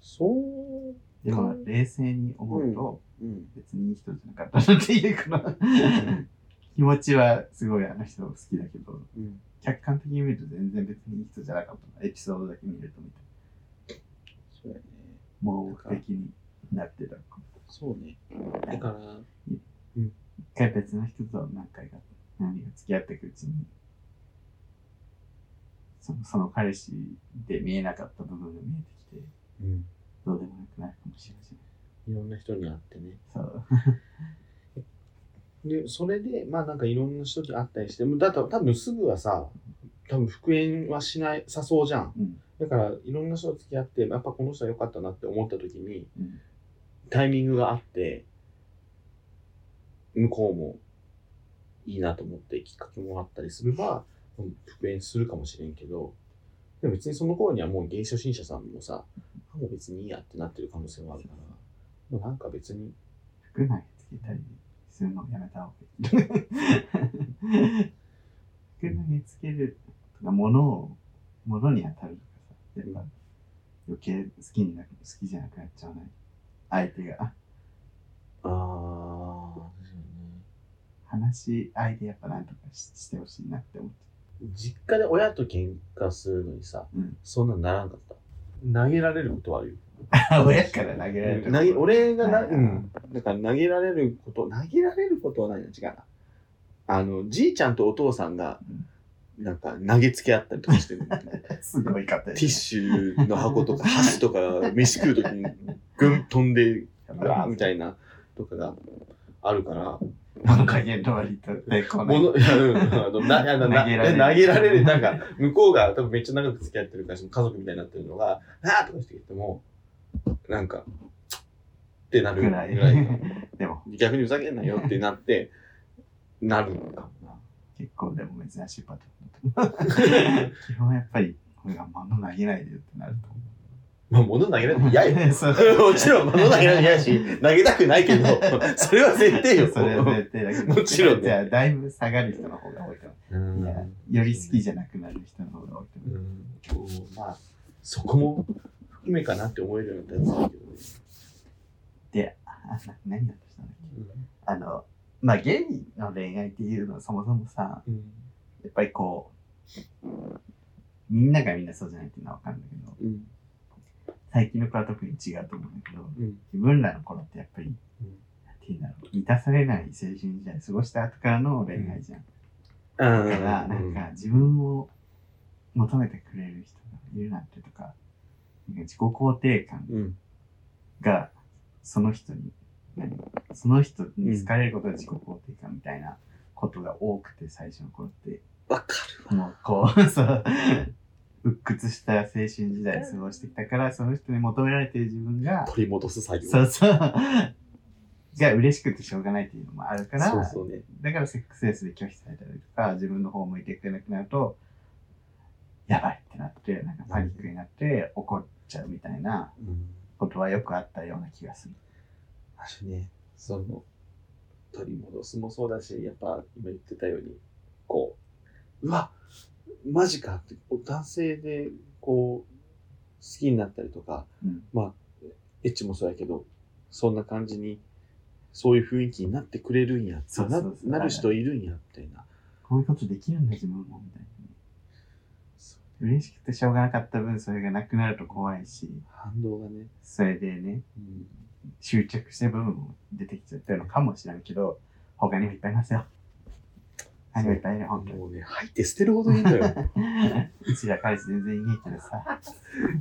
B: そう
A: でも冷静に思うと
B: うん
A: 別にいい人じゃなかったなっていうこの <laughs> 気持ちはすごいあの人好きだけど
B: うん
A: 客観的に見ると全然別にいい人じゃなかったなエピソードだけ見るとみたいな
B: そうやね
A: 盲的になってた子
B: そうねだから
A: 一回別の人と何回か何が付き合っていくうちにそのその彼氏で見えなかった部分が見えてきて
B: うん
A: どうでもよくなるかもしれない
B: いろんな人に会ってね。
A: そう
B: で、それで、まあなんかいろんな人に会ったりして、もうだと多分すぐはさ、多分復縁はしない、さそうじゃん。
A: うん
B: だからいろんな人と付き合って、やっぱこの人は良かったなって思った時に、
A: うん
B: タイミングがあって、向こうもいいなと思ってきっかけもあったりすれば、うん復縁するかもしれんけど、でも別にその頃にはもう芸初心者さんもさ、あもう別にいいやってなってる可能性もあるから、もうなんか別に
A: 服投げつけたりするのをやめた方がいい服投げつけるとか物を物に当たるとかさやっぱ余計好きにな好きじゃなくなっちゃわない相手が
B: ああ、確か
A: 話し合いでやっぱなんとかししてほしいなって思って
B: にね。実家で親と喧嘩するのにさ、
A: うん
B: そんなんならんかった。投げられることはあるよ。
A: 親から投げられる。
B: 投げ俺がな、
A: はいはい
B: うん。だから投げられること、投げられることはないな、違うな。あの、じいちゃんとお父さんが、なんか投げつけ合ったりとかし
A: <laughs>
B: てる。
A: すごい方
B: テ
A: で
B: ィ
A: す
B: ッシュの箱
A: <laughs>
B: とか箸とか飯食うときにぐん飛んで、
A: ね。
B: うわーみたいなとかがあるから、
A: 物陰の割と抵抗ない。
B: ものいやうんあのな <laughs> ななな
A: 投
B: 投
A: げ
B: げ
A: られる
B: られる、なんか、向こうが多分めっちゃ長く付き合ってるから、その家族みたいになってるのが、あーとかして言っても、なんか、ってなる
A: ぐ
B: ぐ
A: ら
B: ら
A: い
B: い。。
A: でも
B: 逆にふざけんなよってなって、なるの <laughs> かも
A: 結構でも珍しいパターン。基本やっぱり俺が物投げないでよってなると思
B: な。まあ、物投げられるの
A: う。
B: 嫌よ。 <laughs>
A: そう。
B: もちろん物投げられるの嫌やし、投げたくないけど、それは絶対よ。
A: それは絶対だけど。
B: もちろんね
A: じゃあだいぶ下がる人の方が多いと思
B: う
A: う。
B: ん
A: いやより好きじゃなくなる人の方が多いと思う。
B: うんこうまあ、そこも含めかなって思えるようになったんです
A: あな何だとしたんだっけ
B: けどね。
A: あの、まあゲイの恋愛っていうのはそもそもさ、
B: うん
A: やっぱりこう、みんながみんなそうじゃないっていうのはわかるんだけど、
B: うん
A: 最近の子は特に違うと思うんだけど、
B: うん
A: 自分らの頃ってやっぱり、なんて言うんだろう、満たされない青春時代、過ごした後からの恋愛じゃん。
B: だ
A: だから、なんか自分を求めてくれる人がいるなんてとか、自己肯定感
B: うん。
A: が、その人に、何その人に好かれることが自己肯定感みたいなことが多くて、最初の頃って。
B: わか
A: もうこう、 <laughs> そう、鬱屈した青春時代を過ごしてきたから、その人に求められている自分が
B: る。、取り戻す作業。
A: そうそう、が嬉しくてしょうがないっていうのもあるから、
B: そうそうね。
A: だからセックスレスで拒否されたりとか、自分の方を向いてくれなくなると、やばいってなって、なんかパニックになって怒っちゃうみたいな
B: うん。
A: ことはよくあったような気がする。
B: あるね。その、取り戻すもそうだし、やっぱ今言ってたように、こう、うわマジかって、こう男性で、こう、好きになったりとか、
A: うん
B: まあ、エッチもそうやけど、そんな感じに、そういう雰囲気になってくれるんやって
A: そうそうそう
B: ななる人いるんや、みたいな。
A: こういうことできるんだ自分も、みたいな。
B: そう
A: 嬉しくてしょうがなかった分、それがなくなると怖いし、
B: 反動がね、
A: それでね、
B: うん、
A: 執着した部分も出てきちゃったのかもしれないけど、他にもいっぱいいますよ。他にもいっぱいいる、本当に。
B: もうね、入って捨てるほどいいんだよ。
A: <laughs> うちら彼氏全然いねえけどさ。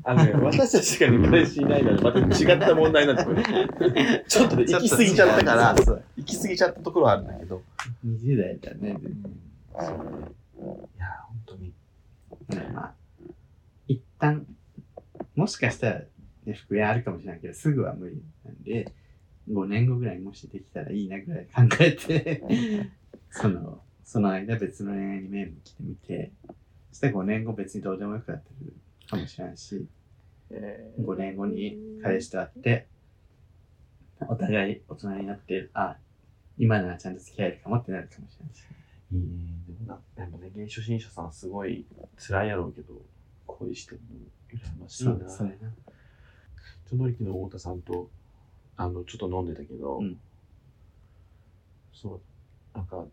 B: あのね、私たちが彼氏いないので、また違った問題になってく <laughs> る。ちょっとね、行き過ぎちゃったから、
A: そう
B: 行き過ぎちゃったところはあるんだけど。
A: 20代だね。
B: そうね。いや、本当に。
A: まあ、一旦、もしかしたら、ね、復縁あるかもしれないけど、すぐは無理なんで、5年後ぐらいもしできたらいいなぐらい考えて、 <laughs> その、その間別の恋愛に目向けてみて、そして5年後別にどうでもよくなってるかもしれないし、
B: え
A: 5年後に彼氏と会って、お互い大人になって、あ、今ならちゃんと付き合えるかもってなるかもしれないし。
B: ー、いいね。でもな、でもね、原初心者さんすごい辛いやろうけど、恋してるの羨ましいな。
A: そう、それな。
B: ちょのりきの太田さんと、あの、ちょっと飲んでたけど、
A: うん
B: そう、なんか、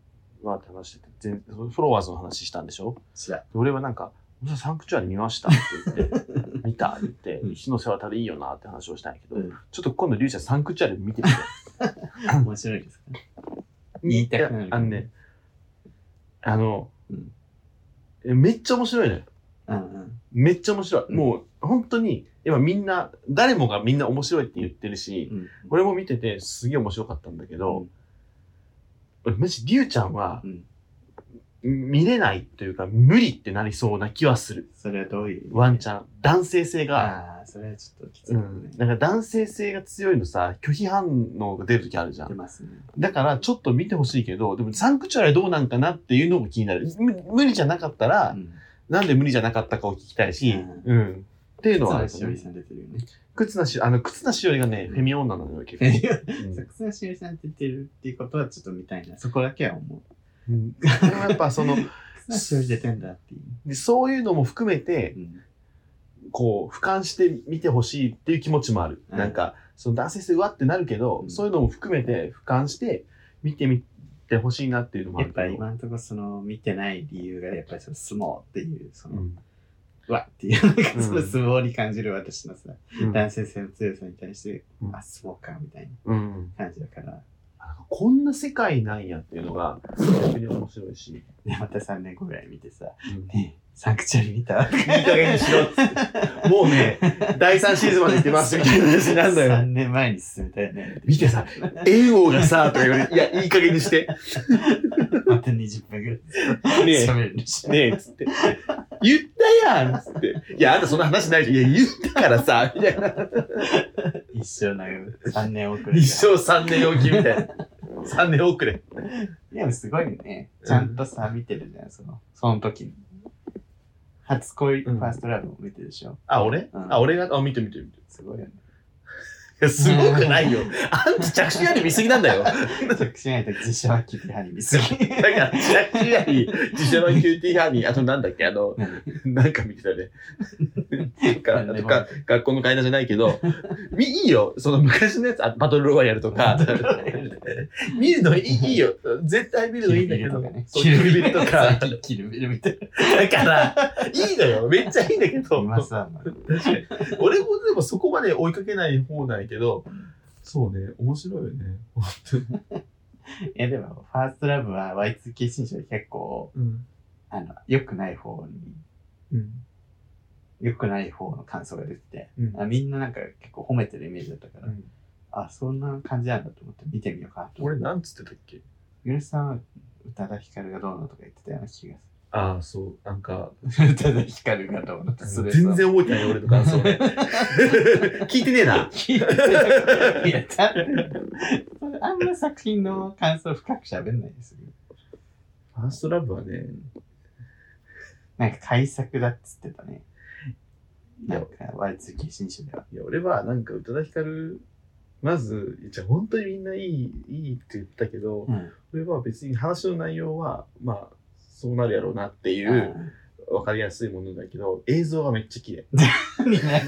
B: わーって話してて、全フォロワーズの話したんでしょ
A: 知らん。
B: で俺はなんか、俺はサンクチュアリ見ましたって言
A: <laughs>
B: って、見たって言って
A: うん、
B: 石の世話たでいいよなって話をしたんやけ
A: う
B: ど、
A: ん
B: ちょっと今度、リュウちゃんサンクチュアリ見てみて。
A: 面白いですか <laughs> 言いたくなる
B: やあのね、あの、
A: うん
B: えめっちゃ面白いのよ。
A: うんうん。
B: めっちゃ面白い。
A: うん
B: もう、本当に、今みんな、誰もがみんな面白いって言ってるし、
A: うん
B: 俺も見ててすげえ面白かったんだけど、俺もし、リュウちゃんは
A: う、ん。
B: 見れないというか、無理ってなりそうな気はする。
A: それはどういう
B: ワンチ
A: ャン
B: ャン。男性性が。
A: ああ、それはちょっときつい、
B: う
A: ね。
B: ん、なんか男性性が強いのさ拒否反応が出る時あるじゃ
A: 出
B: ん
A: ますね。
B: だからちょっと見てほしいけどでもサンクチュアリどうなんかなっていうのも気になるむ無理じゃなかったら、
A: うん。
B: なんで無理じゃなかったかを聞きたいし、
A: う
B: うんっていうのはあ
A: そう
B: る
A: しおりさん出てるよね。
B: 靴なしあの靴なしおりがね、
A: うん
B: フェミ女なのよ結構、
A: そう草しおりさん出てるっていうことはちょっと見たいな。そこだけは思う。
B: うん、でもやっぱその
A: 草しおり出てんだっていう。
B: でそういうのも含めて
A: うん
B: こう俯瞰して見てほしいっていう気持ちもある、
A: うん
B: なんかその男性性うわってなるけど、
A: うん
B: そういうのも含めて俯瞰して見てみてほしいなっていうのもあ
A: やっ
B: るけど
A: ぱり今のところその見てない理由がやっぱりその相撲っていうその、う
B: うん
A: わっていうなんか
B: うん
A: その相撲に感じる私のさ、
B: うん
A: 男性性の強さに対して、
B: うん
A: あ相撲かみたい
B: うん、
A: な感じだから、
B: なんかこんな世界なんやっていうのが逆に面白いし、
A: ね、また3年後ぐらい見てさ、
B: うん、い
A: ねえサンクチュアリ見た
B: い加減にしろっつってもうね第3シーズンまで行ってますみたいな話になんだ
A: 3
B: よ
A: 年前に進めたよね。
B: 見てさ猿王がさとか言われていやいい加減にして
A: また20分ぐらい
B: ねえ
A: 喋るし。
B: ねえっつって言ったやんっつっていやあんたそんな話ないじゃんいや言ったからさみたいな
A: 一生長く3年遅れが。
B: 一生3年おきみたいな3年遅れ
A: いや、すごいね。ちゃんとさ、見てるじゃん、その、その時の。初恋、
B: うん
A: ファーストラブも見てるでしょ。
B: あ俺、
A: うん
B: あ俺があ見て見て見てい
A: すごいよね。
B: やすごくないよあんた着信あり見すぎなんだよ
A: <laughs> 着信愛と自称はキュピハリ見すぎ。
B: だから、ジャッキーハニー、自社のキューティーハニー、あとなんだっけ、あの、なんか見てたね。なんか、なんか学校の会談じゃないけど、みいいよ、その昔のやつ、あバトルロワイヤルとか、見るのいいいいよ、絶対見るのいいんだけど、そう
A: キ
B: キ
A: ル
B: ル
A: ビ
B: ビ
A: ル
B: ル
A: と
B: と
A: か
B: か
A: ね、、キルビルみたいな。
B: だから、いいのよ、めっちゃいいんだけど、
A: 今さ、まあ
B: 俺もでもそこまで追いかけない方なんやけど、そうね、面白いよね、本当に。
A: いやでも、ファーストラブは Y2K 新書で結構、
B: うん
A: あの、良くない方に
B: うん
A: 良くない方の感想が出てて、
B: うん
A: あみんななんか結構褒めてるイメージだったから、
B: うん
A: あ、そんな感じなんだと思って見てみようかなと思っ
B: 俺
A: て。
B: なんつってたっけ
A: ゆるさんは宇多田ヒカルがどうのとか言ってたような気が
B: ああ、そう、なんか、
A: する。宇 <laughs> 多田ヒカルがどうのってそれさ
B: 全然覚えてない俺の感想 <laughs> ね。聞いてねえな。
A: 聞いてたいやちゃんとあんな作品の感想深く喋んないですよ。
B: ファーストラブはね、
A: なんか改作だっつってたね。
B: い
A: な
B: や
A: んか、Y2K 新書では。
B: いや、俺はなんか宇多田ヒカル、まず、じゃあ本当にみんないい、いいって言ったけど、
A: うん。
B: 俺は別に話の内容は、まあ、そうなるやろうなってい、
A: いう <laughs>
B: わかりやすいものだけど、映像がめっちゃ綺麗。
A: なん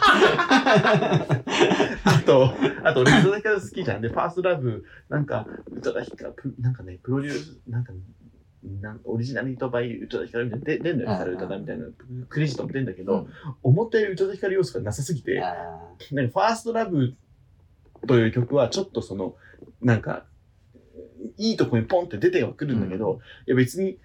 A: か、
B: あと、あと俺宇多田ヒカル好きじゃん。で、ファーストラブ、なんか、宇多田ヒカル、プなんかね、プロデュース、なんか、なんオリジナリティバイ宇多田ヒカルみたいな、で出んのよ、ヒカル宇多田みたいな、クレジットも出んだけど、思ったより宇多田ヒカル要素がなさすぎて、
A: あ
B: なんかファーストラブという曲はちょっとその、なんか、いいとこにポンって出てはくるんだけど、いや別に、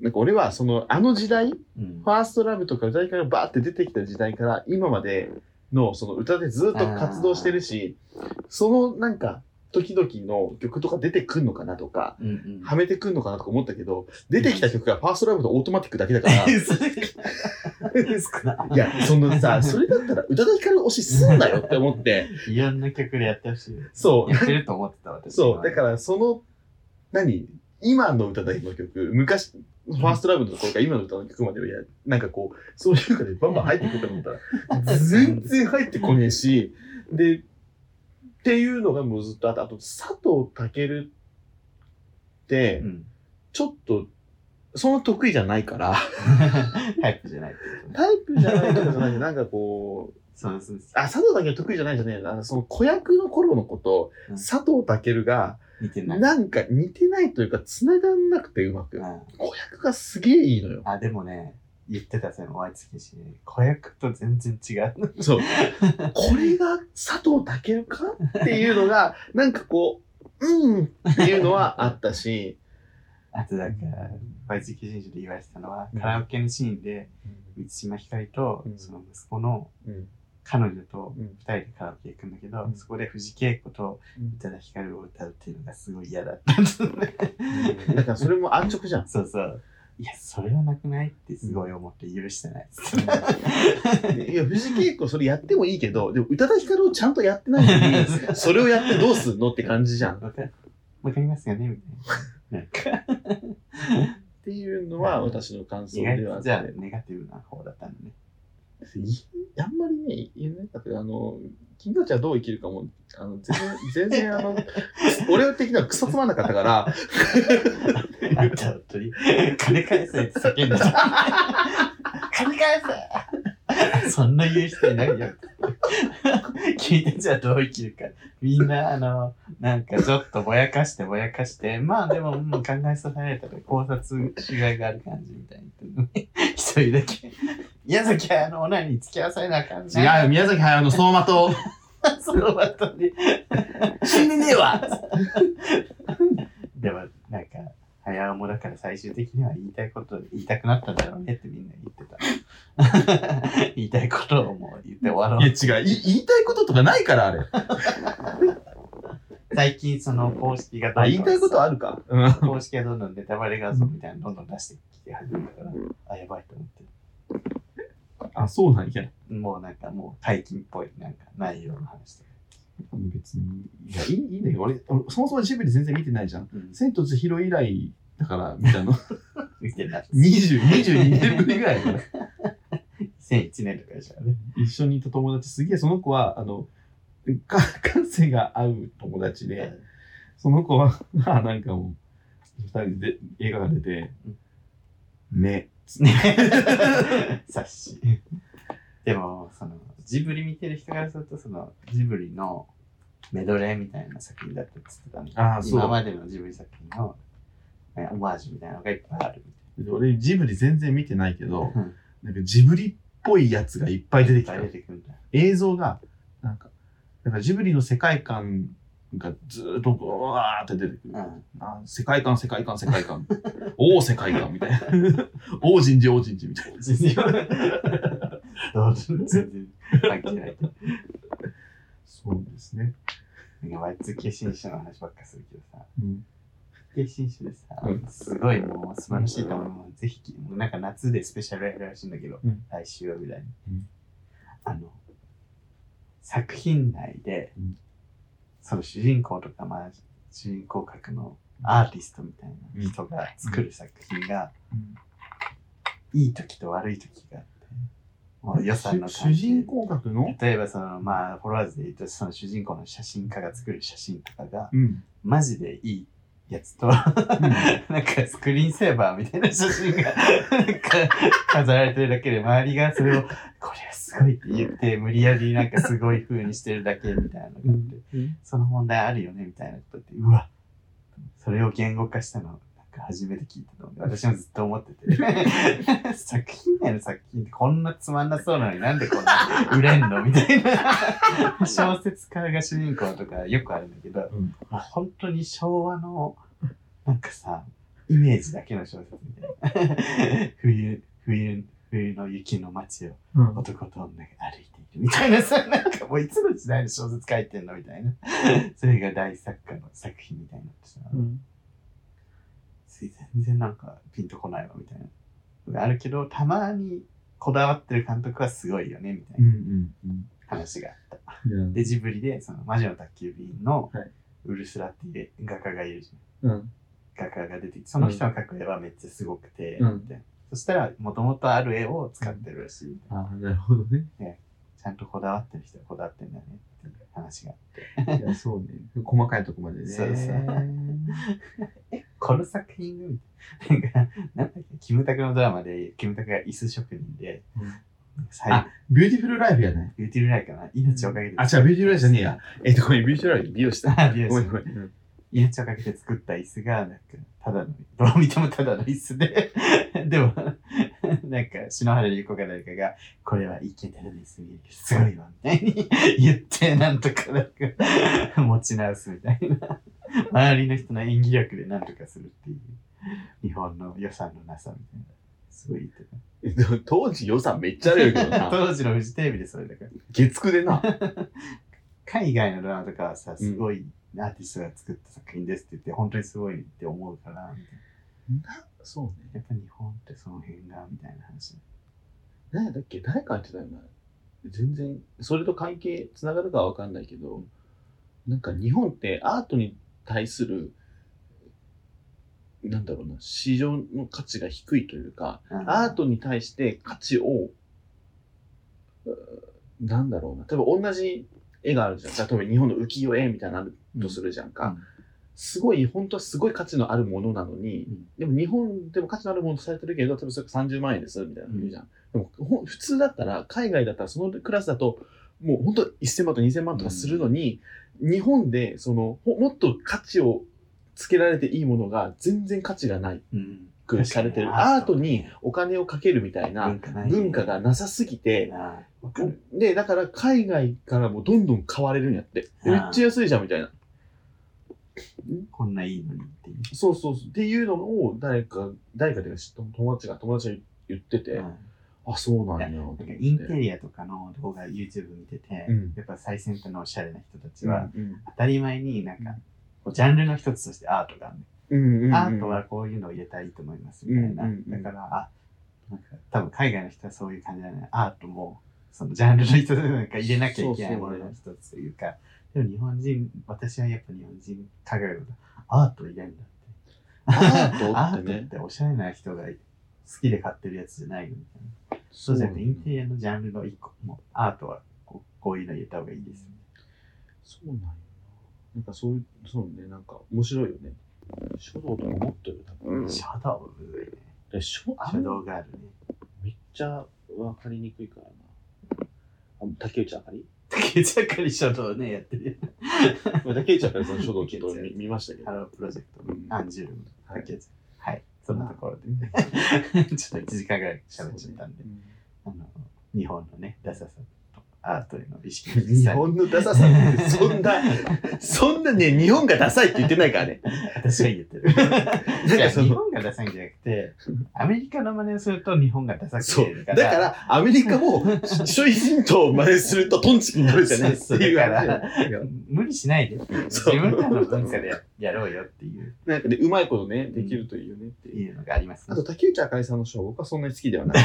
B: なんか俺はその、あの時代、フ
A: ーうん
B: ァーストラブとか歌いからバーって出てきた時代から今までのその歌でずっと活動してるし、そのなんか、時々の曲とか出てくんのかなとか、
A: うん <laughs> うん
B: はめてくんのかなとか思ったけど、出てきた曲がファーストラブとオートマティックだけだから、
A: 少ない
B: や、そのさ、それだったら宇多田ヒカル推しすんなよって思って、
A: いろんな曲でやってほしい。
B: そう、
A: やってると思ってた私。
B: そう、だからその、何今の歌だけの曲、昔、ファーストラブのところから今の歌の曲までをや、なんかこう、そういうのでバンバン入ってくると
A: <laughs>
B: 思ったら、全然入ってこねえし、で、っていうのがもうずっとあった。あと、佐藤健って
A: う、
B: <laughs>
A: ん。
B: ちょっと、そんな得意じゃないから、
A: タイプじゃないってことね。
B: タイプじゃないとか
A: <laughs>
B: じゃない、なんかこう、
A: そうそうそ
B: あ、佐藤健得意じゃないじゃねえな、あのその子役の頃のこと、
A: うん
B: 佐藤健が、
A: う。似てない。
B: なんか似てないというか、繋がんなくてうまく
A: う。ん
B: 子役がすげえいいのよ。
A: あ、でもね、言ってたそのお会いつきし、子役と全然違う <laughs> の。
B: そう。これが佐藤健かっていうのが、なんかこう、うんっていうのはあったし、
A: あとなんか、お会いつき新書で言われてたのは、
B: うん
A: カラオケのシーンで、満島ひかりと
B: う、ん
A: その息子の
B: うん
A: 彼女と
B: うん
A: 二人でカラオケ行くんだけど、
B: うん
A: そこで藤圭子と
B: うん
A: 宇多田ヒカルを歌うっていうのがすごい嫌だったんです
B: <laughs>
A: ね。
B: だからそれも安直じゃん。
A: そうそう。いや、それはなくないってすごい思って許して
B: <laughs>
A: ないっつって。
B: いや、藤圭子それやってもいいけど、でも宇多田ヒカルをちゃんとやってないのに、それをやってどうすんのって感じじゃん。っ
A: わかわかりますよねみたいな。なんか
B: ていうのは私の感想
A: 意
B: で
A: 外
B: はあ
A: と
B: っ
A: じゃあ
B: て。
A: ネガティブな方だったんだね。
B: いあんまりね、言えないんだけど、あの、君たちはどう生きるかも、あの、全然、全
C: <laughs>
B: 然あの、俺的にはクソつまんなかったから、
A: あんた本当
B: <laughs>
A: に金返せって叫んだじゃん。金返せそんな言う人いないよ。聞いてじゃあどう生きるか。みんな、あの、なんかちょっとぼやかしてぼやかして、まあでも、うん、考えさせられたら考察しがいがある感じみたいな。 <laughs> 一人だけ、宮崎あの、オナニーに付き合わされなあかんじ
C: 違うよ、宮崎駿の相馬と、
A: <laughs> その後に。
B: 死んでねえわ
A: <laughs> でも、なんか、早もだから最終的には言いたいこと、言いたくなったんだろうねってみんな言って <laughs> た。言いたいことをもう言って終わろ。
C: いうや違う、い言いたいこととかないから、あれ。
A: 最近その公式がどんど
B: あ、
A: ん
B: 言いたいことあるか。
C: うん
A: 公式がどんどんネタバレ画像みたいなのどんどん出してきて始めたから、あ、やばいと思っ
C: あ、そうなんや。
A: て。もうなんかもう解禁っぽい、なんか内容の話とか。
C: 別に。いや、いいいいんだよ。俺、俺そもそもジブリ全然見てないじゃん。
A: うん、
C: 千と千尋以来、だから、見 <laughs> たの。
A: 見てない。
C: 20、22年ぶりぐらいだから。
A: 2001年とかでしょ、ね。
C: 一緒にいた友達、すげえ、その子は、あの、か感性が合う友達で、その子は、 <laughs> まあなんかもう、二人で映画が出て
A: うん、
C: ね。 <laughs>
A: ね。察し。でも、その、ジブリ見てる人からすると、その、ジブリのメドレーみたいな作品だったって言ってたんで、
C: ああ、
A: 今
C: そ
A: までのジブリ作品の、ね、オマージュみたいなのがいっぱいあるみ
C: う。俺、ジブリ全然見てないけど
A: た、いな。
C: なんかジブリっぽいやつがいっぱい出てきた
A: いっぱい。出てくるんだ。
C: 映像が、なんか、なんかジブリの世界観
B: がずーっとブワーって出てくる。
A: うん
B: あ世界観、世界観、世界 <laughs> 観。おお、世界観みたい <laughs> な。おお、人事、おお、人事みたいな。
A: 全
C: <laughs>
A: 然全然関係ない。
B: そうですね。
A: なんか割と化身者の話ばっかするけどさ、
B: うん
A: 化身者でさ、
B: うん
A: すごいもう素晴らしいと思うのぜひ、もうなんか夏でスペシャルやるらしいんだけど、
B: うん
A: 来週はぐらいに。
B: うん
A: あの、作品内で、
B: うん
A: その主人公とか、まあ、主人公格のアーティストみたいな人が作る作品が、いい時と悪い時があって、もう予算の
B: 主
A: 関係
B: 主人公格の
A: 例えばそのまあフォロワーズで言うとその主人公の写真家が作る写真とかが
B: うん。
A: マジでいいやつと <laughs> なんかスクリーンセーバーみたいな写真がなんか飾られてるだけで周りがそれをこれはすごいって言って無理やりなんかすごい風にしてるだけみたいなのがあってその問題あるよねみたいなことってうわそれを言語化したのなんか初めて聞いたので私もずっと思って <laughs> て作品内の作品ってこんなつまんなそうなのになんでこんな売れんのみたい
B: <laughs>
A: な小説家が主人公とかよくあるんだけど、
B: うん
A: もう本当に昭和のなんかさイメージだけの小説みたいな <laughs> 冬冬冬の雪の街を
B: うん
A: 男と女が歩いているみたいなさ、なんかもういつの時代の小説書いてんのみたいな。それが大作家の作品みたいになってさ、
B: うん
A: 全然なんかピンとこないわみたいな。あるけど、たまにこだわってる監督はすごいよねみたいうなん
B: うん
A: 話があった。
B: うん
A: で、ジブリで、その魔女の宅急便の
B: はい
A: ウルスラっていう画家がいるじゃん。
B: うん
A: 画家が出てきて、その人の描く絵はめっちゃすごくて、
B: うん
A: みたいなそしたら、もともとある絵を使ってるらしいみたいな。
B: ああ、なるほどね。
A: ちゃんとこだわってる人はこだわってんだねっていう話が。
B: いや、そうね。細かいとこまでね。
A: そうそうえ、この作品なんか、なんだっけ、キムタクのドラマで、キムタクが椅子職人で、
B: うん
A: 最後、
B: ビューティフルライフやね。
A: ビューティフルライかな、命をかけて。
B: あ、違う、ビューティフルライフじゃねえや。えっと、ごめん、ビューティフルライフ、美容師だ。
A: あ。美容
B: <laughs> ごめ
A: 師
B: ん、ごめん。うん
A: 命をかけて作った椅子が、なんか、ただの、どう見てもただの椅子で、 <laughs> でも、なんか、篠原優子か誰かが、これは一見ただの椅子に見えるけど、すごいわ、みたいに言って、なんとか、なんか、 <laughs> 持ち直すみたいな。周りの人の演技力でなんとかするっていう、日本の予算のなさみたいな。すごい言って
B: えっと当時予算めっちゃあるけ
A: た。
B: ど <laughs> な。
A: 当時のフジテレビでそれだから。
B: 月9でな。
A: 海外のドラマとかはさ、すごいアーティストが作った作品ですって言って、本当にすごいって思うから、みたいな。
B: そうね。
A: やっぱ日本ってその辺がみたいな話。
B: 何やだっけ誰か言ってたよな。全然、それと関係、つながるかはわかんないけど、なんか日本ってアートに対する、なんだろうな、市場の価値が低いというか、アートに対して価値を、うーなんだろうな。例えば同じ絵があるじゃん。例えば日本の浮世絵みたいなのあるとするじゃんか。
A: うん
B: すごい、本当はすごい価値のあるものなのに、
A: うん
B: でも日本でも価値のあるものとされてるけど、例えばそれが30万円です、みたいなの言うじゃん。でもほん普通だったら、海外だったらそのクラスだと、もう本当1000万とか2000万とかするのに、日本でそのほもっと価値をつけられていいものが全然価値がない
A: うん、
B: くされてる。アートにお金をかけるみたいな
A: 文化ない
B: 文化がなさすぎて、
A: なわかる
B: で、だから海外からもどんどん買われるんやって。
A: うん
B: めっちゃ安いじゃんみたいな。
A: こんないいのにっていう。
B: そうそうそう。っていうのを誰か、誰かで友達が、友達が言ってて、
A: うん
B: あ、そうなんやと思っ
A: な
B: て。
A: んかインテリアとかの動画 YouTube 見てて、
B: うん
A: やっぱ最先端のおしゃれな人たち
B: うん
A: は、当たり前になんか、こうジャンルの一つとしてアートがあるね、
B: うんうん
A: アートはこういうのを入れたらいいと思いますみたいな。
B: うんうんうん
A: だから、あ、なんか多分海外の人はそういう感じだね。アートも、そのジャンルの人なんか入れなきゃいけないものの一つというか、でも日本人、私はやっぱ日本人考えると、アート入れるんだって。
B: アー
A: ア
B: トっ
A: ートっ
B: てね。
A: ておしゃれな人が好きで買ってるやつじゃないよみたいな。そうじゃなくて、インテリアのジャンルの一個も、アートはこうこういうの入れた方がいいです。
B: そうなんやな。なんかそういう、そうね、なんか面白いよね。書道とか持ってる、多分。
A: 書道むずいね。
B: で書あ
A: 書
B: ん
A: 道が
B: <laughs>
A: あるね。
B: めっちゃ分かりにくいからな。あ竹内あ
D: <laughs>
B: かり
A: 竹内あかり書道ね、やってるよ。
B: まあ竹内あかりさんの書道ちょっと見見ましたけど
A: ハ。ロープロジェクト
B: うん
A: のアンジュルム
B: は
A: だ
B: い
A: けです。はい、そんなところ <laughs> で、ちょっと1時間ぐらい喋っちゃったんで、
B: うん
A: あの日本のね、ダサさとアートへの意識が
D: 日
A: 実際に
D: 本のダサさってそんな、そんなね、日本がダサいって言ってないからね。
A: <laughs> 私は言 <laughs> ってる。
D: なんかそ
A: 日
D: の、
A: 本がダサいんじゃなくて、アメリカの真似をすると日本がダサく
D: そ
A: 見え
D: う。
A: る
D: だ
A: か。
D: からら、アメリカも、諸イヒントを真似するとトンチキになるじゃないって
A: そうそう
D: いう
A: だ
D: 話
A: から無理しないで。自
D: そう
A: 分らの文化でや <laughs> やろうよっていう
B: なんかで、うまいことね、できるといいよねっていう。
A: いうのがあります
B: あ
A: ね
B: と、。竹内あかりさんのショー、僕はそんなに好きでは <laughs> ない。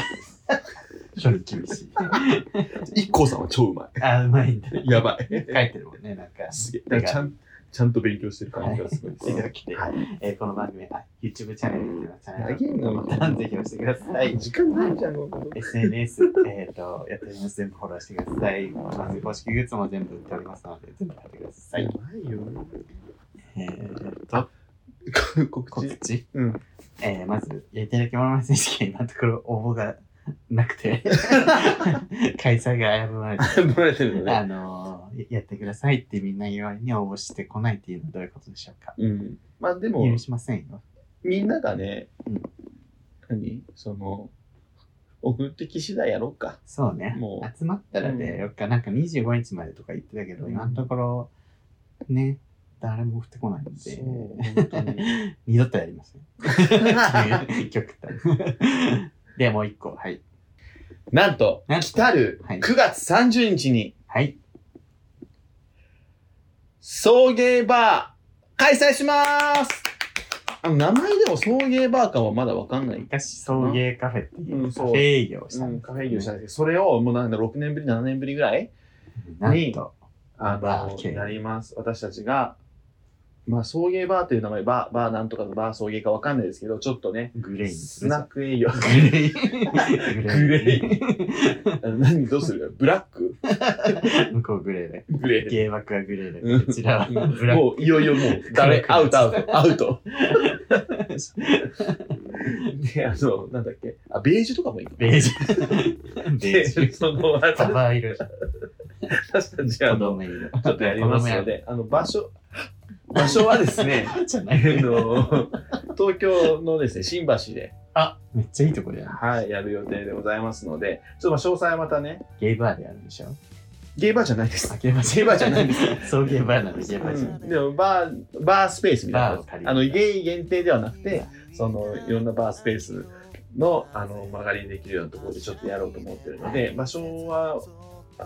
A: 処理厳しい。 <laughs>
D: 一光さんは超うま
A: あ、うまいんだ。
D: い。やばい。
A: 書いてるもんね、なんか。
D: すげえ。
A: 手
D: なん
A: が
D: かちゃん、ちゃんと勉強してる感じがすごい。
A: 手が来て、
D: はい
A: えーこの番組、あ、YouTube チャンネルっていうのはチャンネル
B: 長いの
A: 登録ぜひ押してください。
B: 時間ないじゃん、もう
A: SNS、えっ、と、やっております。全部フォローしてください。まず公式グッズも全部売っておりますので、全部買ってください。
B: ないよ。
A: えー、と、
B: 告
A: 告
B: 知。
A: 知、
D: <laughs>
B: うん
A: えーまず、やりただきもの選手権、今のところ応募がなく
B: <laughs>
A: て、開催が危ない。
B: バレてるのね。
A: あのーやってくださいってみんな言われに応募してこないっていうのはどういうことでしょうか
B: うん。まあでも、
A: 許しませんよ。
B: みんながね、
A: うん
B: 何その、送ってき次第やろうか。
A: そうね
B: もう。
A: 集まったら
B: うん
A: ね、よっか、なんか25日までとか言ってたけど、
B: うん
A: 今のところ、ね、誰も降ってこないんで、
B: 本当に。
A: <laughs> 二度とやりません。極端。で、もう一個、はい。
B: <laughs> なんと、
A: なんと
B: 来たる
A: はい
B: 9月30日に、
A: はい。
B: 送迎バー、開催しますあの名前でも送迎バーかはまだわかんない。
A: 昔、送迎カフェっていううんカ
B: そう
A: フェ営業をした
B: うんカフェ営業したん
A: ん
B: ですけど、それをもうなんだ6年ぶり、7年ぶりぐらい
A: なんと、
B: あ
A: バー
B: の
A: 系、
B: なります。私たちが、まあ、送迎バーという名前、バー、バーなんとかのバー送迎かわかんないですけど、ちょっとね、
A: グレイにす
B: ス
A: る
B: ナッ
A: <laughs>
B: ク営業。
A: グレイ。グレイ。
B: あの何どうするブラック
A: 向こうグレーで。
B: グレー。
A: 芸爆はグレーで。こちらはブラッ
B: もういよいよもう誰
A: 黒くな
B: アウ
A: っち
B: ト
A: ゃ
B: ア
A: っ
B: ウ
A: た
B: トア
A: <laughs>
B: ウトであのなんだっけあベージュとかもいいの
A: ク。ベージ
B: <laughs>
A: ュ。ベージ
B: で
A: ュ。
B: その私
A: サバ色じゃん。
B: 私たち
A: 子
B: あの
A: 供色。
B: ちょっとやりますのであの場所場所はですねあ
A: じゃない
B: の東京のですね新橋で
A: あ、めっちゃいいとこだよ。
B: はいやる予定でございますのでちょっとまあ詳細はまたね
A: ゲイバーであるんでしょ
B: ゲイバーじゃないです
A: あ、ゲイバー。
B: ゲイバーじゃないんです
A: そうゲイバーなの、ゲイバーじゃない。
B: でもバーバースペースみたいな
A: バーを借りる
B: あのゲイ限定ではなくてそのいろんなバースペースのあの曲がりにできるようなところでちょっとやろうと思ってるので場所は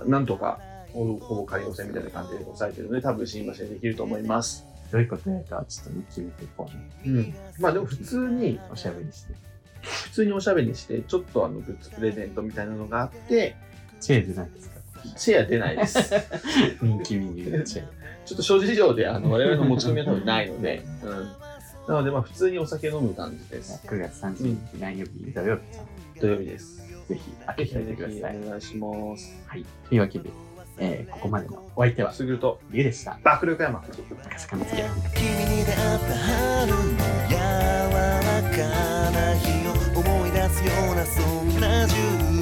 B: なんとかほぼほぼ仮押せみたいな感じで押さえてるので多分新橋でできると思います、
A: どういうことやるか、ちょっと見てみていこうね。
B: うん、まあでも普通に
A: おしゃべりして。
B: 普通におしゃべりしてちょっとあのグッズプレゼントみたいなのがあって
A: チェーズなんですか
B: シェア出ないです <laughs>
A: 人気メニューのチェーズ。
B: ちょっと諸事情であの我々の持ち込みは多分ないので、うん、なのでまあ普通にお酒飲む感じです
A: 9月30日、何曜日、土曜日ちゃん。
B: 土曜日です
A: ぜひ、開けてみてください。
B: お願いします。
A: はい。というわけで、えーここまでのお相手は、
B: すぐると、
A: リュウでした。
B: 爆力山。
A: 赤坂見つけ。
E: 君に出会った春の柔らかな日を思い出すようなそんな10